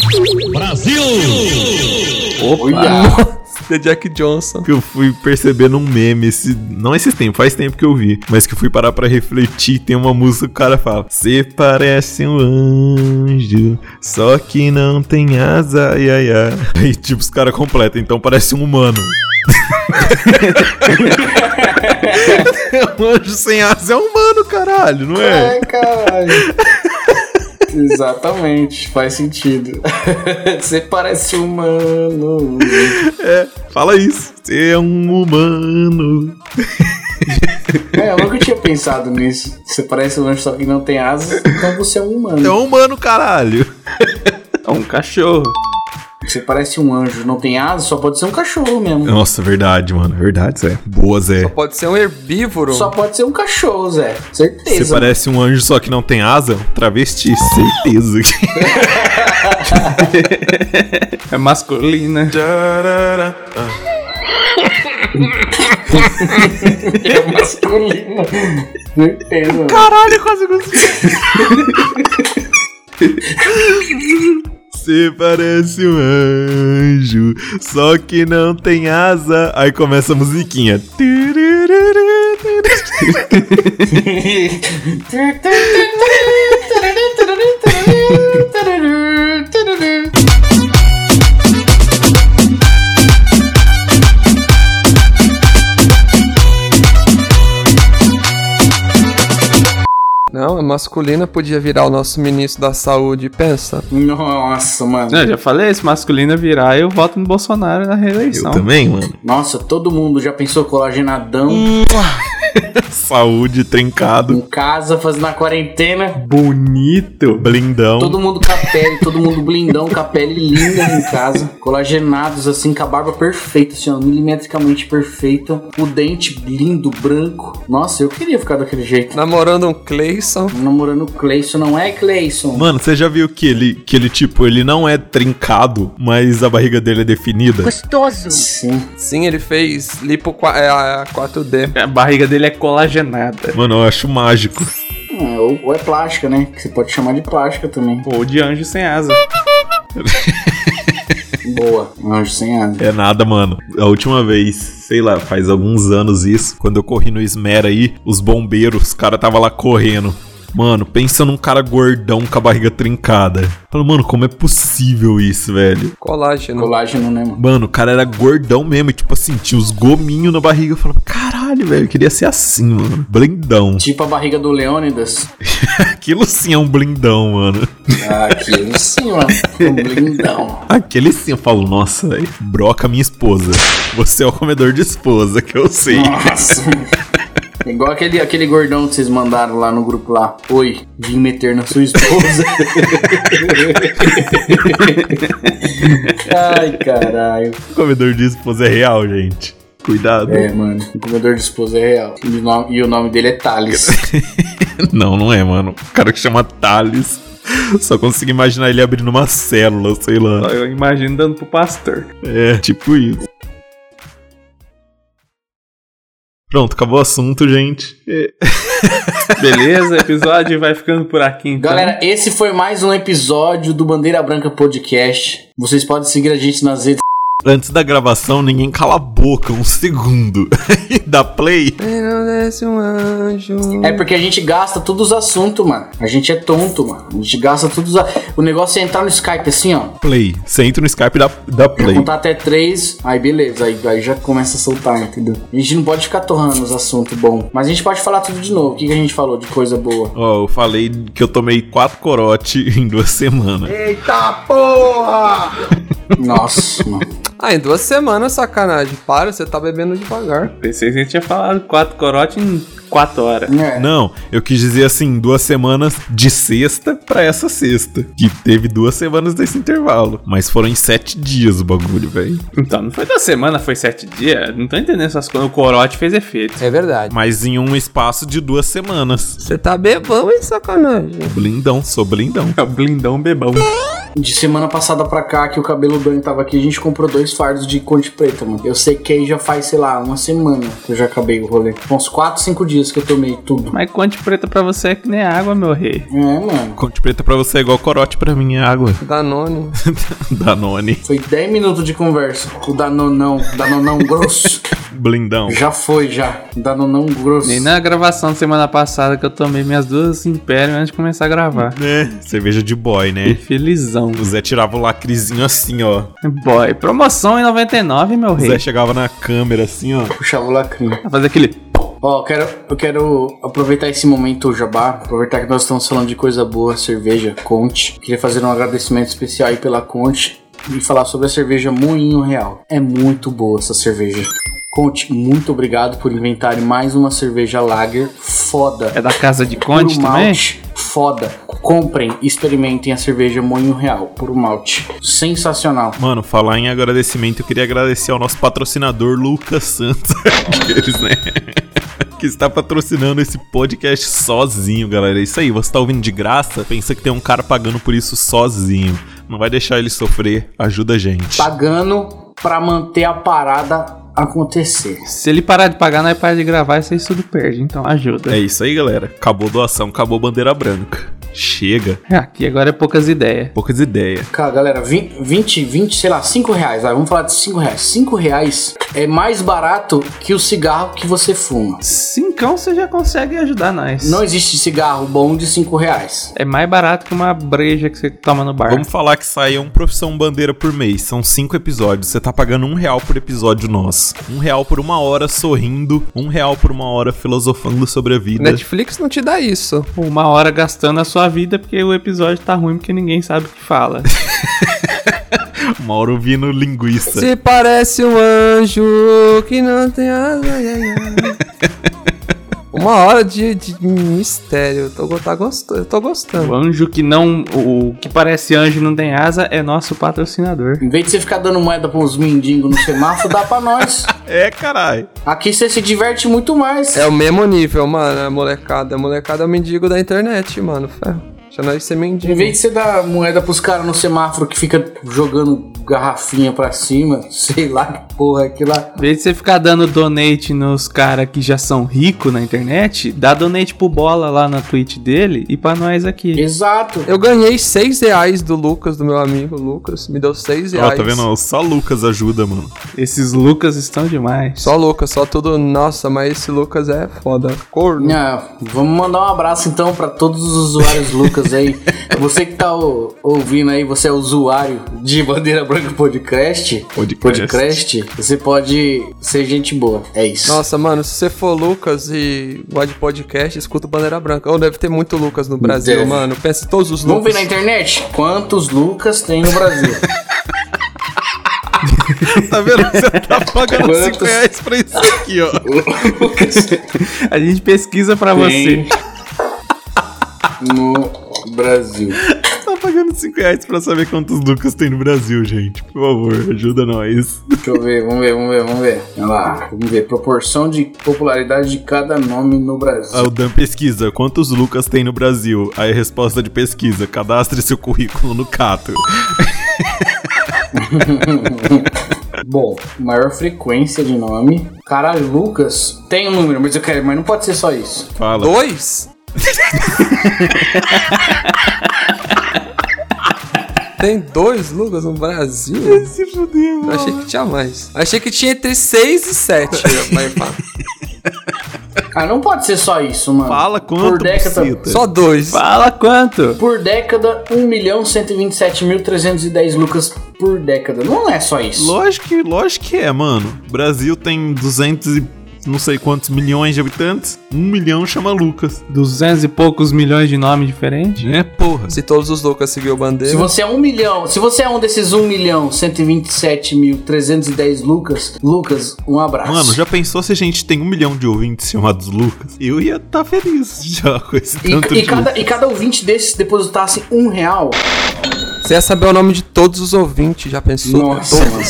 Speaker 4: Olha.
Speaker 3: The Jack Johnson.
Speaker 2: Que eu fui percebendo um meme, esse, não esse tempo, faz tempo que eu vi, mas que eu fui parar pra refletir. Tem uma música que o cara fala: Você parece um anjo, só que não tem asa, ai ai ai. Aí, tipo, os caras completam, então parece um humano. [laughs] um anjo sem asa é humano, caralho, não é?
Speaker 4: Ai, caralho. Exatamente, faz sentido. Você parece humano.
Speaker 2: É, fala isso. Você é um humano.
Speaker 4: É, eu nunca tinha pensado nisso. Você parece um anjo só que não tem asas, então você é um humano.
Speaker 2: É um humano, caralho.
Speaker 1: É um cachorro.
Speaker 4: Você parece um anjo, não tem asas, só pode ser um cachorro mesmo.
Speaker 2: Nossa, verdade, mano. Verdade, Zé. Boa, Zé.
Speaker 3: Pode ser um herbívoro.
Speaker 4: Só pode ser um cachorro, Zé.
Speaker 2: Você
Speaker 4: Certeza.
Speaker 2: parece um anjo só que não tem asa? Travesti, certeza.
Speaker 4: [laughs]
Speaker 1: É masculina.
Speaker 4: É masculino. Certeza.
Speaker 2: Caralho, eu quase consegui. [laughs] Você parece um anjo, só que não tem asa. Aí começa a musiquinha.
Speaker 3: Não, a masculina podia virar o nosso ministro da saúde, pensa.
Speaker 4: Nossa, mano.
Speaker 1: Eu já falei, se masculina virar, eu voto no Bolsonaro na
Speaker 2: Eu
Speaker 1: reeleição.
Speaker 2: também, mano.
Speaker 4: Nossa, todo mundo já pensou colagenadão
Speaker 2: Saúde, trincado,
Speaker 4: em casa, fazendo a quarentena.
Speaker 1: Bonito.
Speaker 2: blindão.
Speaker 4: Todo mundo com a pele, todo mundo blindão, com a pele linda em casa. Colagenados, assim, com a barba perfeita, assim, ó, milimetricamente perfeita. O dente lindo, branco. Nossa, eu queria ficar daquele jeito.
Speaker 3: Namorando um Cleison.
Speaker 4: Namorando o Cleison, não é Cleison?
Speaker 2: Mano, você já viu que ele, que ele, tipo, ele não é trincado, mas a barriga dele é definida?
Speaker 9: Gostoso.
Speaker 4: Sim.
Speaker 3: Sim, ele fez lipo qua- é, a 4D.
Speaker 1: A barriga dele é colagenada.
Speaker 2: Mano, eu acho mágico.
Speaker 4: É, ou, ou é plástica, né? Que você pode chamar de plástica também.
Speaker 1: Ou de anjo sem asa.
Speaker 4: Boa. Anjo sem asa.
Speaker 2: É nada, mano. A última vez, sei lá, faz alguns anos isso, quando eu corri no Esmera aí, os bombeiros, os caras tava lá correndo. Mano, pensa num cara gordão com a barriga trincada. Falo, mano, como é possível isso, velho?
Speaker 3: Colágeno.
Speaker 4: Colágeno, né, mano?
Speaker 2: Mano, o cara era gordão mesmo, e tipo assim, tinha os gominhos na barriga. Eu falava, caralho, Caralho, velho, eu queria ser assim, mano. Blindão.
Speaker 4: Tipo a barriga do Leônidas.
Speaker 2: Aquilo sim é um blindão, mano.
Speaker 4: Ah, Aqui em cima. Um blindão.
Speaker 2: Aquele sim eu falo, nossa, velho. Broca minha esposa. Você é o comedor de esposa, que eu
Speaker 4: [laughs]
Speaker 2: sei.
Speaker 4: Nossa. Igual aquele, aquele gordão que vocês mandaram lá no grupo lá. Oi, vim meter na sua esposa. Ai, caralho.
Speaker 2: comedor de esposa é real, gente. Cuidado.
Speaker 4: É, mano. O comedor de esposa é real. E o nome, e o nome dele é Thales.
Speaker 2: [laughs] Não, não é, mano. O cara que chama Thales. Só consigo imaginar ele abrindo uma célula, sei lá.
Speaker 1: Eu imagino dando pro pastor.
Speaker 2: É, tipo isso. Pronto, acabou o assunto, gente. É.
Speaker 1: Beleza? O episódio vai ficando por aqui, então.
Speaker 4: Galera, esse foi mais um episódio do Bandeira Branca Podcast. Vocês podem seguir a gente nas redes.
Speaker 2: Antes da gravação, ninguém cala a boca um segundo. [laughs] E Dá play.
Speaker 3: E não desce um anjo.
Speaker 4: É porque a gente gasta todos os assuntos, mano. A gente é tonto, mano. A gente gasta todos os. a- O negócio é entrar no Skype assim, ó.
Speaker 2: Play. Você entra no Skype e dá, dá play.
Speaker 4: Contar até três, aí beleza, aí, aí já começa a soltar, entendeu? A gente não pode ficar torrando os assuntos bom, mas a gente pode falar tudo de novo. O que, que a gente falou de
Speaker 2: [laughs]
Speaker 4: coisa boa?
Speaker 2: Ó, eu falei que eu tomei quatro corote [laughs] em duas semanas.
Speaker 4: Nossa, mano.
Speaker 3: Ah, em duas semanas, sacanagem. Para, você tá bebendo devagar.
Speaker 1: Pensei que a gente tinha falado quatro corote em quatro horas.
Speaker 4: É.
Speaker 2: Não, eu quis dizer assim, duas semanas de sexta pra essa sexta. Que teve duas semanas desse intervalo. Mas foram em sete dias o bagulho, velho.
Speaker 1: Então, não foi da semana, foi sete dias. Não tô entendendo essas coisas. O corote fez efeito.
Speaker 3: É verdade.
Speaker 2: Mas em um espaço de duas semanas.
Speaker 3: Você tá bebão, hein, sacanagem.
Speaker 2: Blindão, sou blindão.
Speaker 1: É o blindão bebão.
Speaker 4: De semana passada pra cá, que o cabelo branco tava aqui, a gente comprou dois fardos de corte preta, mano. Eu sei que aí já faz, sei lá, uma semana que eu já acabei o rolê. Foi Uns 4, 5 dias que eu tomei tudo.
Speaker 1: Mas conte preta pra você é que nem água, meu rei.
Speaker 4: É, mano.
Speaker 2: Conte preta pra você é igual corote pra mim, é água. [laughs]
Speaker 3: Danone.
Speaker 2: Danone.
Speaker 4: Foi 10 minutos de conversa. O Danonão,
Speaker 1: [laughs]
Speaker 4: Danonão grosso.
Speaker 2: Blindão.
Speaker 4: já foi, já. Danonão grosso.
Speaker 1: Nem na gravação da semana passada que eu tomei minhas duas impérios antes de começar a gravar.
Speaker 2: Né? Cerveja de boy,
Speaker 1: E
Speaker 2: né?
Speaker 1: felizão.
Speaker 2: O Zé tirava o lacrezinho assim, ó.
Speaker 1: Boy, promoção em 99, meu
Speaker 2: O Zé
Speaker 1: rei.
Speaker 2: chegava na câmera assim, ó.
Speaker 4: Puxava o lacrinho.
Speaker 1: Fazer aquele.
Speaker 4: Ó, eu quero, eu quero aproveitar esse momento, Jabá. Aproveitar que nós estamos falando de coisa boa, cerveja, Conte. Queria fazer um agradecimento especial aí pela Conte e falar sobre a cerveja Moinho Real. É muito boa essa cerveja. Conte, muito obrigado por inventarem mais uma cerveja lager foda.
Speaker 1: É da casa de
Speaker 4: Puro
Speaker 1: Conte também?
Speaker 4: um malte, foda. Comprem, experimentem a cerveja Moinho Real, puro malte. Sensacional.
Speaker 2: Mano, falar em agradecimento, eu queria agradecer ao nosso patrocinador Lucas Santos. [laughs] Aqueles, né? Que está patrocinando esse podcast sozinho, galera. É isso aí, você tá ouvindo de graça? Pensa que tem um cara pagando por isso sozinho. Não vai deixar ele sofrer, ajuda a gente.
Speaker 4: Pagando pra manter a parada acontecer.
Speaker 1: Se ele parar de pagar, nós para de gravar e vocês tudo perde. Então ajuda.
Speaker 2: É isso aí, galera. Acabou doação, acabou bandeira branca. Chega.
Speaker 1: Aqui agora é poucas ideias.
Speaker 2: Poucas ideias.
Speaker 4: Cara, galera, 20, 20, 20, sei lá, 5 reais. Vai, vamos falar de 5 reais. 5 reais é mais barato que o cigarro que você fuma.
Speaker 1: Cincão você já consegue ajudar nós.
Speaker 4: Não existe cigarro bom de 5 reais.
Speaker 1: É mais barato que uma breja que você toma no bar.
Speaker 2: Vamos falar que sai um Profissão Bandeira por mês. São cinco episódios. Você tá pagando um real por episódio nosso. Um real por uma hora sorrindo. Um real por uma hora filosofando sobre a vida.
Speaker 3: Netflix não te dá isso.
Speaker 1: Uma hora gastando a sua vida porque o episódio tá ruim porque ninguém sabe o que fala.
Speaker 2: [laughs] Uma hora ouvindo linguiça.
Speaker 3: Se parece um anjo que não tem asa. ai, ai, ai.
Speaker 2: [laughs]
Speaker 3: Uma hora de, de mistério. Eu tô, go- tá gosto- eu tô gostando.
Speaker 1: O anjo que não. O o que parece anjo e não tem asa é nosso patrocinador.
Speaker 4: Em vez de você ficar dando moeda pra uns mendigos no semáforo, dá pra nós.
Speaker 2: É, caralho.
Speaker 4: Aqui você se diverte muito mais.
Speaker 3: É o mesmo nível, mano. É molecada. A molecada é o mendigo da internet, mano. Ferro. Já nós ser
Speaker 4: Em
Speaker 3: mendigo.
Speaker 4: vez de você dar moeda pros caras no semáforo que fica jogando garrafinha pra cima, [laughs] sei lá que porra é que lá.
Speaker 1: Em vez de você ficar dando donate nos caras que já são ricos na internet, dá donate pro Bola lá na Twitch dele e pra nós aqui.
Speaker 4: Exato.
Speaker 3: Eu ganhei 6 reais do Lucas, do meu amigo Lucas. Me deu 6
Speaker 2: Ó,
Speaker 3: reais.
Speaker 2: tá vendo? Só Lucas ajuda, mano.
Speaker 1: Esses Lucas estão demais.
Speaker 3: Só Lucas, só tudo. Nossa, mas esse Lucas é foda. Corno.
Speaker 4: Ah, vamos mandar um abraço então pra todos
Speaker 3: [laughs]
Speaker 4: os usuários Lucas aí. Você que tá o- ouvindo aí, você é usuário de bandeira branca. Branca Podcast,
Speaker 2: Podcast.
Speaker 4: podcast, você pode ser gente boa. É isso.
Speaker 3: Nossa, mano, se você for Lucas e gosta de podcast, escuta o Bandeira Branca. Ou deve ter muito Lucas no Brasil,
Speaker 4: Deve.
Speaker 3: mano. Pensa em todos os
Speaker 4: Vamos ver
Speaker 3: Lucas.
Speaker 4: na internet quantos Lucas tem
Speaker 3: [laughs]
Speaker 4: no Brasil.
Speaker 2: [laughs] Tá vendo? Você tá pagando
Speaker 4: Quantos?
Speaker 2: 5 reais pra isso aqui, ó.
Speaker 4: Lucas
Speaker 1: [laughs] A gente pesquisa pra
Speaker 4: tem
Speaker 1: você.
Speaker 4: no Brasil.
Speaker 2: Tá pagando 5 reais pra saber quantos Lucas tem no Brasil, gente. Por favor, ajuda nós.
Speaker 4: Deixa eu ver, vamos ver, vamos ver, vamos ver. Olha lá, vamos ver. Proporção de popularidade de cada nome no
Speaker 2: Ah,
Speaker 4: Brasil.
Speaker 2: o Dan pesquisa, quantos Lucas tem no Brasil? Aí a resposta de pesquisa, cadastre seu currículo no Cato.
Speaker 4: Bom, maior frequência de nome. Caralho, Lucas tem um número, mas eu quero, mas não pode ser só isso.
Speaker 2: Fala.
Speaker 4: [laughs]
Speaker 3: Dois? Tem dois Lucas no Brasil?
Speaker 2: Se fudeu,
Speaker 3: Eu achei que tinha mais. Eu achei que tinha entre seis e
Speaker 4: [laughs]
Speaker 3: sete. mas, pá,
Speaker 4: Ah, não pode ser só isso, mano.
Speaker 2: Fala
Speaker 4: Por
Speaker 2: quanto,
Speaker 4: década,
Speaker 2: Bucita.
Speaker 3: Só dois.
Speaker 1: Fala quanto?
Speaker 4: Por década, 1.127.310 lucas por década. Não é só isso.
Speaker 2: Lógico que, lógico que é, mano. O Brasil tem 200 e não sei quantos milhões de habitantes. Um milhão chama Lucas.
Speaker 1: Duzentos e poucos milhões de nomes diferentes?
Speaker 2: É, porra.
Speaker 3: Se todos os Lucas seguiu o
Speaker 4: Se
Speaker 3: Bandeira.
Speaker 4: você é um milhão, se você é um desses 1 milhão 127 mil 310 Lucas, Lucas, um abraço.
Speaker 2: Mano, já pensou se a gente tem um milhão de ouvintes chamados Lucas? Eu ia tá feliz [laughs] já com esse tanto
Speaker 4: e, e
Speaker 2: de
Speaker 4: cada, e cada ouvinte desses depositasse um real.
Speaker 3: Você ia saber o nome de todos os ouvintes, já pensou?
Speaker 4: Nossa, [laughs]
Speaker 3: Todos.
Speaker 4: mano.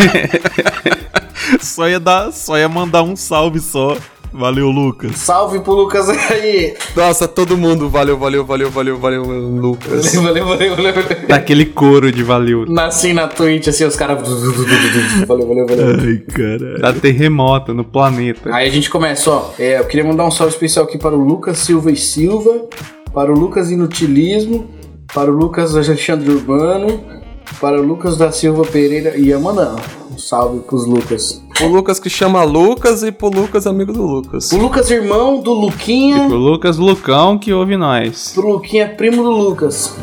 Speaker 2: Lucas. [laughs] Só ia dar, só ia mandar um salve só. Valeu, Lucas.
Speaker 4: Salve pro Lucas aí.
Speaker 3: Nossa, todo mundo. Valeu, valeu, valeu, valeu, valeu, Lucas.
Speaker 4: Valeu, valeu, valeu, valeu.
Speaker 1: Daquele Tá couro de valeu.
Speaker 4: Nasci na Twitch, assim, os caras. Valeu, valeu, valeu.
Speaker 2: Ai, caralho.
Speaker 1: Da terremoto no planeta.
Speaker 4: Aí a gente começa, ó. É, eu queria mandar um salve especial aqui para o Lucas Silva e Silva, para o Lucas Inutilismo, para o Lucas Alexandre Urbano, para o Lucas da Silva Pereira e ia mandando. Um salve pros Lucas.
Speaker 3: Pro Lucas que chama Lucas e pro Lucas amigo do Lucas.
Speaker 4: O Lucas irmão do
Speaker 1: E
Speaker 4: Luquinha,
Speaker 1: pro Lucas Lucão que ouve nós.
Speaker 4: pro Luquinha primo do Lucas.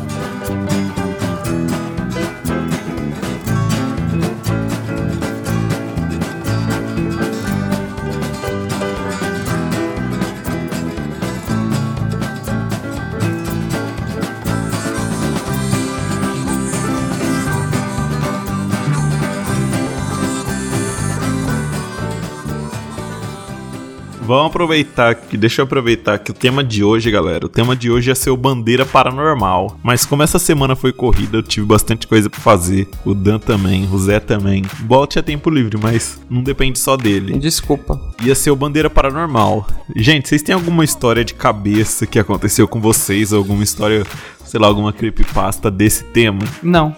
Speaker 2: Vamos aproveitar que deixa eu aproveitar que o tema de hoje, galera, o tema de hoje é ser o bandeira paranormal. Mas como essa semana foi corrida, eu tive bastante coisa pra fazer. O Dan também, o Zé também. O Bolt tinha tempo livre, mas não depende só dele.
Speaker 3: Desculpa.
Speaker 2: Ia ser o bandeira paranormal. Gente, vocês têm alguma história de cabeça que aconteceu com vocês, alguma história, sei lá, alguma creepypasta desse tema?
Speaker 1: Não.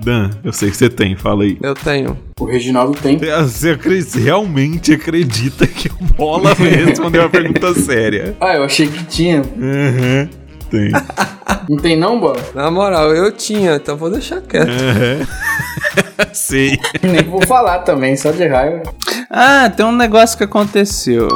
Speaker 2: Dan, eu sei que você tem, fala aí.
Speaker 3: Eu tenho.
Speaker 4: O Reginaldo tem.
Speaker 2: Você acre- você realmente acredita que o [laughs] Bola vai responder uma pergunta séria?
Speaker 4: Ah, eu achei que tinha.
Speaker 2: Aham, tem.
Speaker 4: [laughs] Não tem não, Bola?
Speaker 3: Na moral, eu tinha, então vou deixar quieto.
Speaker 2: Aham. Sei.
Speaker 4: Nem vou falar também, só de raiva.
Speaker 1: Ah, tem um negócio que aconteceu.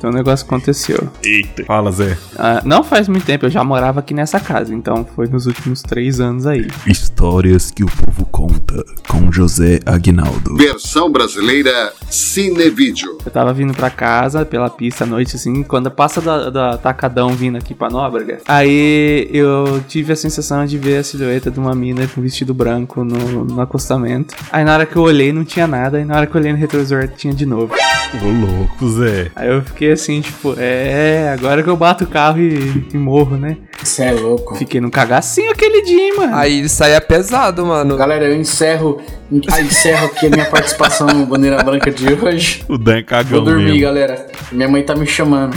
Speaker 1: Tem um negócio que aconteceu.
Speaker 2: Eita. Fala, Zé.
Speaker 1: Ah, não faz muito tempo, eu já morava aqui nessa casa, então foi nos últimos três anos aí.
Speaker 2: Histórias que o povo conta com José Aguinaldo.
Speaker 7: Versão brasileira Cinevídeo.
Speaker 1: Eu tava vindo pra casa pela pista à noite, assim, quando passa da, da tacadão vindo aqui pra Nóbrega. Aí eu tive a sensação de ver a silhueta de uma mina com vestido branco no, no acostamento. Aí na hora que eu olhei não tinha nada, e na hora que eu olhei no retrovisor tinha de novo.
Speaker 2: Ô, louco, Zé.
Speaker 1: Aí eu fiquei assim, tipo, é, agora que eu bato o carro e, e morro, né?
Speaker 4: Você é louco.
Speaker 1: Fiquei num cagacinho aquele dia, hein, mano.
Speaker 3: Aí isso aí é pesado, mano.
Speaker 4: Galera, eu encerro, ah, encerro aqui a minha participação no Bandeira Branca de hoje.
Speaker 2: O Dan é
Speaker 4: Vou
Speaker 2: cagão
Speaker 4: dormir,
Speaker 2: mesmo.
Speaker 4: galera. Minha mãe tá me chamando.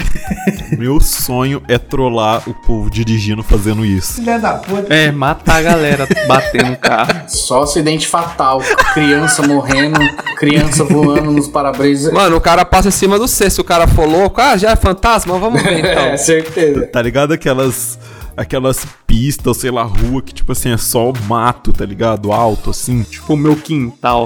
Speaker 2: Meu sonho é trollar o povo dirigindo fazendo isso.
Speaker 1: É, matar a galera batendo o carro.
Speaker 4: Só acidente fatal. Criança morrendo, criança voando nos para-brisa.
Speaker 3: Mano, o cara passa em cima do C. Se o cara for louco, ah, já é fantasma? Vamos ver então. [laughs]
Speaker 4: É, certeza.
Speaker 2: Tá ligado aquelas aquelas pistas, sei lá, rua que tipo assim é só o mato, tá ligado? Alto assim, tipo
Speaker 1: Tipo, o meu quintal.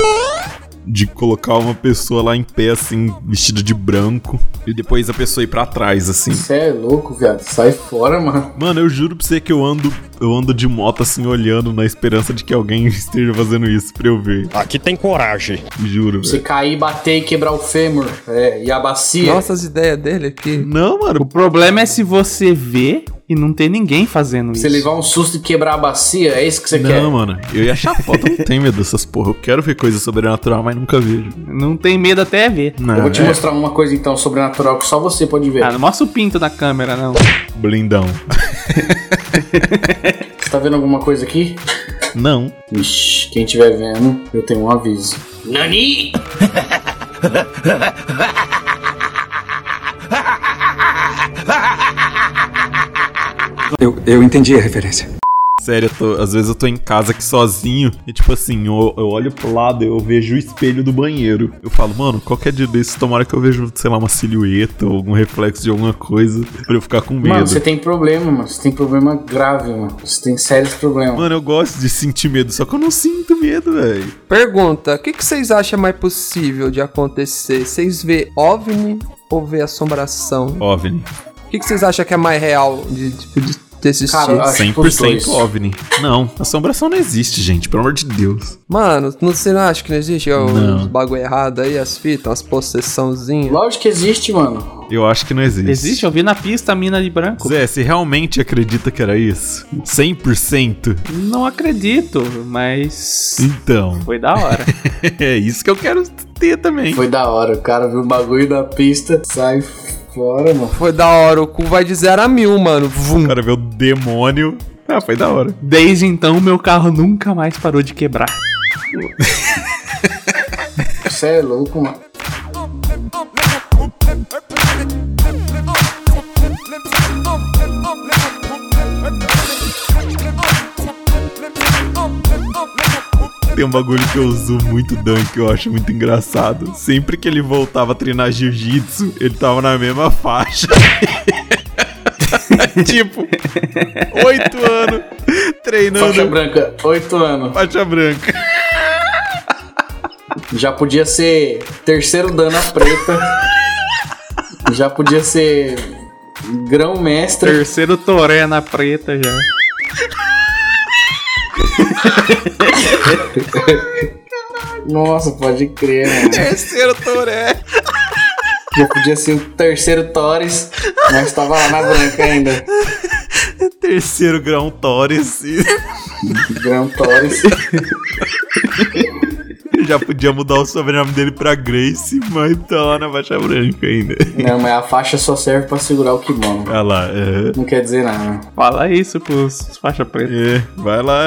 Speaker 2: de colocar uma pessoa lá em pé assim, vestida de branco e depois a pessoa ir pra trás assim.
Speaker 4: Você é louco, viado. Sai fora, mano.
Speaker 2: Mano, eu juro pra você que eu ando eu ando de moto assim olhando na esperança de que alguém [laughs] esteja fazendo isso pra eu ver.
Speaker 11: Aqui tem coragem.
Speaker 2: Juro,
Speaker 4: Você
Speaker 2: velho.
Speaker 4: cair, bater e quebrar o fêmur. É, e a bacia.
Speaker 3: É. Nossa, as ideias dele aqui.
Speaker 2: Não, mano.
Speaker 1: O problema é se você vê e não tem ninguém fazendo
Speaker 4: Você
Speaker 1: isso.
Speaker 4: levar um susto e quebrar a bacia, é isso que você
Speaker 2: não,
Speaker 4: quer?
Speaker 2: mano. Eu ia achar foda, eu não tenho medo dessas porra. Eu quero ver coisa sobrenatural, mas nunca vejo.
Speaker 1: Não tem medo até ver.
Speaker 2: Não,
Speaker 4: Eu vou te
Speaker 2: é
Speaker 4: mostrar uma coisa então sobrenatural que só você pode ver.
Speaker 1: Ah, não mostra o pinto na câmera, não.
Speaker 2: blindão.
Speaker 4: Você tá vendo alguma coisa aqui?
Speaker 2: Não.
Speaker 4: Ixi, quem estiver vendo, eu tenho um aviso. Nani!
Speaker 10: Eu, eu entendi a referência.
Speaker 2: Sério, eu tô- às vezes eu tô em casa aqui sozinho e, tipo assim, eu, eu olho pro lado e eu vejo o espelho do banheiro. Eu falo, mano, qualquer dia desses, tomara que eu vejo, sei lá, uma silhueta ou algum reflexo de alguma coisa pra eu ficar com medo.
Speaker 4: Mano, você tem problema, mano. Você tem problema grave, mano. Você tem sérios problemas.
Speaker 2: Mano, eu gosto de sentir medo, só que eu não sinto medo, velho.
Speaker 3: Pergunta: o que, que vocês acham mais possível de acontecer? Vocês vê OVNI ou vê assombração?
Speaker 2: OVNI.
Speaker 3: O que, que vocês acham que é mais real de, tipo, de desses
Speaker 4: Cara,
Speaker 3: tipos?
Speaker 4: eu acho que os
Speaker 2: 100%
Speaker 4: dois.
Speaker 2: OVNI. Não, assombração não existe, gente, pelo amor de Deus.
Speaker 3: Mano, não- você não acha que não existe ó,
Speaker 2: Não.
Speaker 3: uns bagulho errado aí, as fitas, umas possessãozinhas?
Speaker 4: Lógico que existe, mano.
Speaker 2: Eu acho que não existe.
Speaker 1: Existe, eu vi na pista a mina de branco.
Speaker 2: Zé, você realmente acredita que era isso? 100%?
Speaker 1: Não acredito, mas.
Speaker 2: Então, [laughs]
Speaker 1: Foi da hora.
Speaker 2: é isso que eu quero ter também.
Speaker 4: Foi da hora. O cara viu o bagulho da pista, sai fora, mano.
Speaker 3: Foi da hora, o cu vai de 0 a mil, mano.
Speaker 2: O
Speaker 3: Vum.
Speaker 2: cara vê o demônio. Ah, foi da hora.
Speaker 1: Desde então, meu carro nunca mais parou de quebrar.
Speaker 4: Você é louco, mano.
Speaker 2: Tem um bagulho que eu uso muito, Dan, que eu acho muito engraçado. Sempre que ele voltava a treinar jiu-jitsu, ele tava na mesma faixa. [laughs] tipo, oito anos treinando
Speaker 4: Faixa
Speaker 2: faixa,
Speaker 4: branca, 8 anos.
Speaker 2: branca.
Speaker 4: Já podia ser terceiro dana preta. Já podia ser grão mestre.
Speaker 1: Terceiro toré na preta já.
Speaker 4: Nossa, pode crer, mano.
Speaker 2: Terceiro Toré.
Speaker 4: Já podia ser o terceiro Torres, mas tava lá na branca ainda.
Speaker 2: Terceiro grão Torres. E
Speaker 4: Grão Torres.
Speaker 2: [laughs] já podia mudar o sobrenome dele pra Grace, mas tá lá na faixa branca ainda.
Speaker 4: Não, mas a faixa só serve pra segurar o kimono.
Speaker 2: Olha lá, é.
Speaker 4: Não quer dizer nada.
Speaker 1: Fala isso pros faixa preta.
Speaker 2: É, vai lá.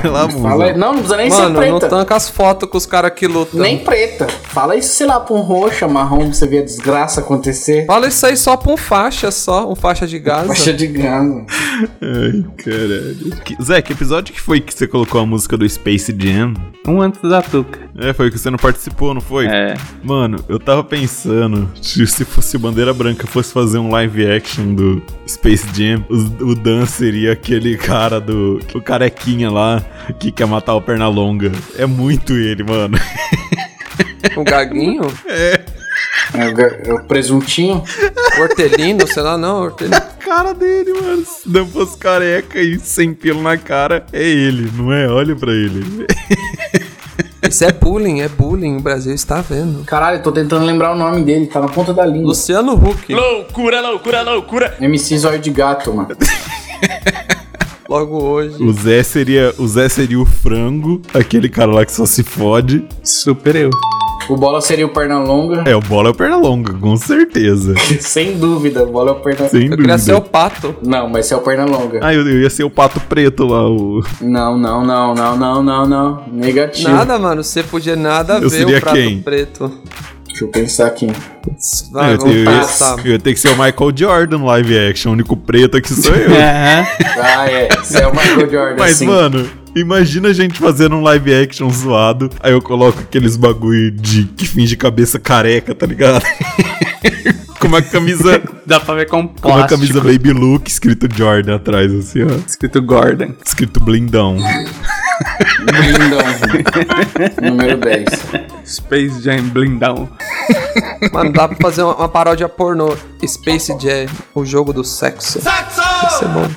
Speaker 2: [laughs] Vai lá,
Speaker 4: fala aí-
Speaker 2: musa.
Speaker 4: Não, não precisa nem
Speaker 3: Mano,
Speaker 4: ser
Speaker 3: não
Speaker 4: É
Speaker 2: tá-
Speaker 4: preta.
Speaker 3: tanca as fotos com os caras que lutam.
Speaker 4: Nem preta. Fala isso, sei lá, pra um roxa, marrom, pra você ver a desgraça acontecer.
Speaker 3: Fala isso aí só pra um faixa só, um faixa de gás.
Speaker 4: Faixa de gama.
Speaker 2: Ai, caralho. Que- Zé, que episódio que foi que você colocou a música do Space Jam?
Speaker 1: Um antes da Tuca.
Speaker 2: É, foi que você não participou, não foi?
Speaker 1: É.
Speaker 2: Mano, eu tava pensando, se se fosse Bandeira Branca fosse fazer um live action do Space Jam, o, o Dan seria aquele cara do. O carequinha lá que quer matar o Pernalonga. É muito ele, mano. [laughs]
Speaker 3: Um gaguinho?
Speaker 4: É o gar- é o presuntinho.
Speaker 3: Hortelino, sei lá, não, hortelino.
Speaker 2: cara dele, mano. Se não fosse careca e sem pelo na cara, é ele, não é? Olha pra ele.
Speaker 3: Isso é bullying, é bullying, o Brasil está vendo.
Speaker 4: Caralho, eu tô tentando lembrar o nome dele, tá na ponta da língua.
Speaker 3: Luciano Huck,
Speaker 11: Loucura, loucura, loucura.
Speaker 4: MC Zóio de Gato, mano.
Speaker 3: logo hoje.
Speaker 2: O Zé seria. O Zé seria o frango, aquele cara lá que só se fode.
Speaker 1: Super eu.
Speaker 4: O Bola seria o Pernalonga.
Speaker 2: É, o bola é o Pernalonga, com certeza.
Speaker 4: [laughs] Sem dúvida, o Bola é o Pernalonga.
Speaker 2: Sem
Speaker 3: Eu
Speaker 2: dúvida.
Speaker 3: queria ser o pato.
Speaker 4: Não, mas esse é o Pernalonga.
Speaker 2: Ah, eu, eu ia ser o pato preto lá, o.
Speaker 4: Não, não, não, não, não, não, não. Negativo.
Speaker 3: Nada, mano, você podia nada
Speaker 2: Eu
Speaker 3: ver
Speaker 2: seria
Speaker 3: o prato
Speaker 2: quem? É,
Speaker 3: preto.
Speaker 4: Deixa eu pensar aqui.
Speaker 3: Vai,
Speaker 2: eu,
Speaker 3: vamos
Speaker 2: eu,
Speaker 3: passar.
Speaker 2: eu, eu ia ter que ser o Michael Jordan live action, o único preto aqui sou eu.
Speaker 1: Aham.
Speaker 4: Ah, é. Esse é o Michael Jordan,
Speaker 2: Mas,
Speaker 4: sim.
Speaker 2: mano, imagina a gente fazendo um live action zoado. Aí eu coloco aqueles bagulho de que finge cabeça careca, tá ligado? [laughs] com uma camisa.
Speaker 1: Dá pra ver com
Speaker 2: Com uma
Speaker 1: plástico.
Speaker 2: camisa Baby Look escrito Jordan atrás, assim, ó.
Speaker 1: Escrito Gordon.
Speaker 2: Escrito blindão.
Speaker 4: Lindão. Número 10.
Speaker 1: Space Jam blindão.
Speaker 3: Mano, dá pra fazer uma, uma paródia pornô. Space Jam, o jogo do sexo. Isso é bom.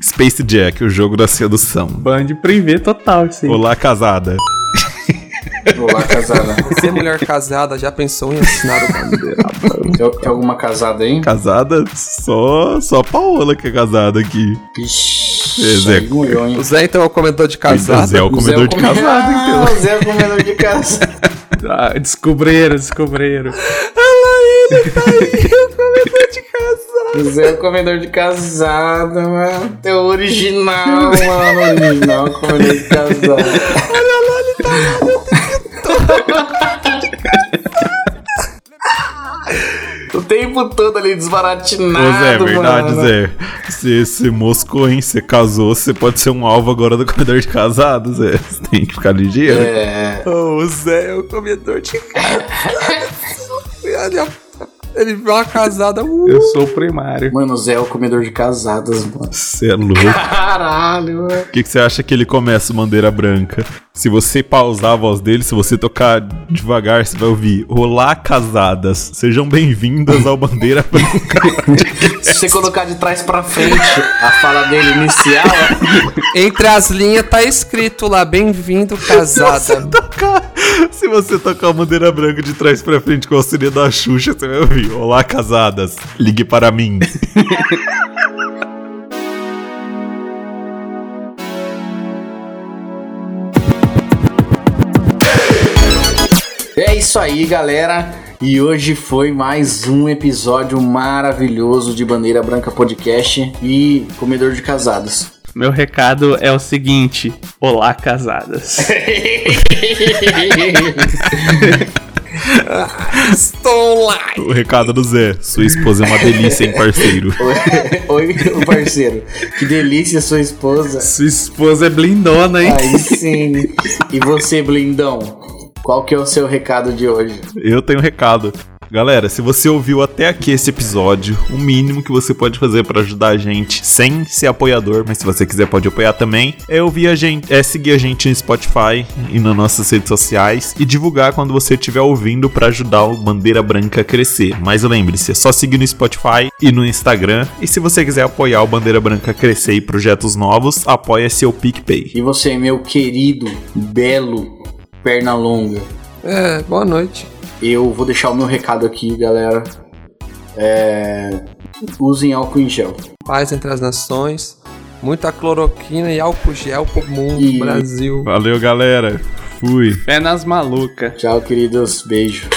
Speaker 2: Space Jack, o jogo da sedução.
Speaker 1: Band privê total, isso aí.
Speaker 2: Olá, casada.
Speaker 4: Olá, casada.
Speaker 3: Você, mulher casada, já pensou em assinar o bandeira?
Speaker 4: Tem, tem alguma casada aí?
Speaker 2: Casada? Só, só a Paola que é casada aqui. É,
Speaker 4: Ixi,
Speaker 2: Zé.
Speaker 4: aí molhou, hein?
Speaker 3: O Zé, então, é o comentário de
Speaker 2: O Zé é
Speaker 3: casada.
Speaker 2: o comedor de então. casada.
Speaker 4: Ah, o [laughs] Zé é o comedor de casa.
Speaker 1: Ah, descobriram, descobriram.
Speaker 4: O Zé é o comedor de casada, mano. É o original, mano. O Original um comedor de casada. O tempo todo ali desbaratinado,
Speaker 2: Ô Zé, é verdade,
Speaker 4: mano.
Speaker 2: Zé. Você se moscou, hein? Você casou, você pode ser um alvo agora do comedor de casado, Zé. Você tem que ficar ligeiro.
Speaker 4: É,
Speaker 3: Oh, o Zé é o comedor de casada. Ele viu uma casada. Uh,
Speaker 1: Eu sou o primário.
Speaker 4: mano, o Zé é o comedor de casadas, mano.
Speaker 2: Você é louco.
Speaker 4: Caralho, mano.
Speaker 2: O que, que você acha que ele começa o Bandeira Branca? Se você pausar a voz dele, se você tocar devagar, você vai ouvir Olá, casadas. Sejam bem-vindas ao Bandeira [laughs] Branca.
Speaker 4: Se você colocar de trás pra frente a fala dele inicial,
Speaker 3: Entre as linhas tá escrito lá: bem-vindo, casada.
Speaker 2: Tocar- se você tocar a Bandeira Branca de trás pra frente com a auxílio da Xuxa, você vai ouvir Olá, casadas. Ligue para mim.
Speaker 4: É isso aí, galera. E hoje foi mais um episódio maravilhoso de Bandeira Branca Podcast e Comedor de Casados.
Speaker 1: Meu recado é o seguinte: Olá, casadas. [laughs]
Speaker 3: Estou lá.
Speaker 2: O recado do Zé. Sua esposa é uma delícia, hein, parceiro?
Speaker 4: Oi, meu parceiro. Que delícia sua esposa.
Speaker 1: Sua esposa é blindona, hein?
Speaker 4: Aí sim. E você, blindão? Qual que é o seu recado de hoje?
Speaker 2: Eu tenho um recado. Galera, se você ouviu até aqui esse episódio, o mínimo que você pode fazer pra ajudar a gente, sem ser apoiador, mas se você quiser pode apoiar também, é ouvir a gente, é seguir a gente no Spotify e nas nossas redes sociais e divulgar quando você estiver ouvindo pra ajudar o Bandeira Branca a crescer. Mas lembre-se, é só seguir no Spotify e no Instagram. E se você quiser apoiar o Bandeira Branca a crescer e projetos novos, apoia seu PicPay.
Speaker 4: E você, meu querido, belo, perna longa.
Speaker 3: É, boa noite.
Speaker 4: Eu vou deixar o meu recado aqui, galera. É... Usem álcool em gel.
Speaker 3: Paz entre as nações. Muita cloroquina e álcool gel pro mundo,
Speaker 4: E-
Speaker 3: Brasil.
Speaker 2: Valeu, galera. Fui.
Speaker 1: Pé É nas malucas.
Speaker 4: Tchau, queridos. Beijo.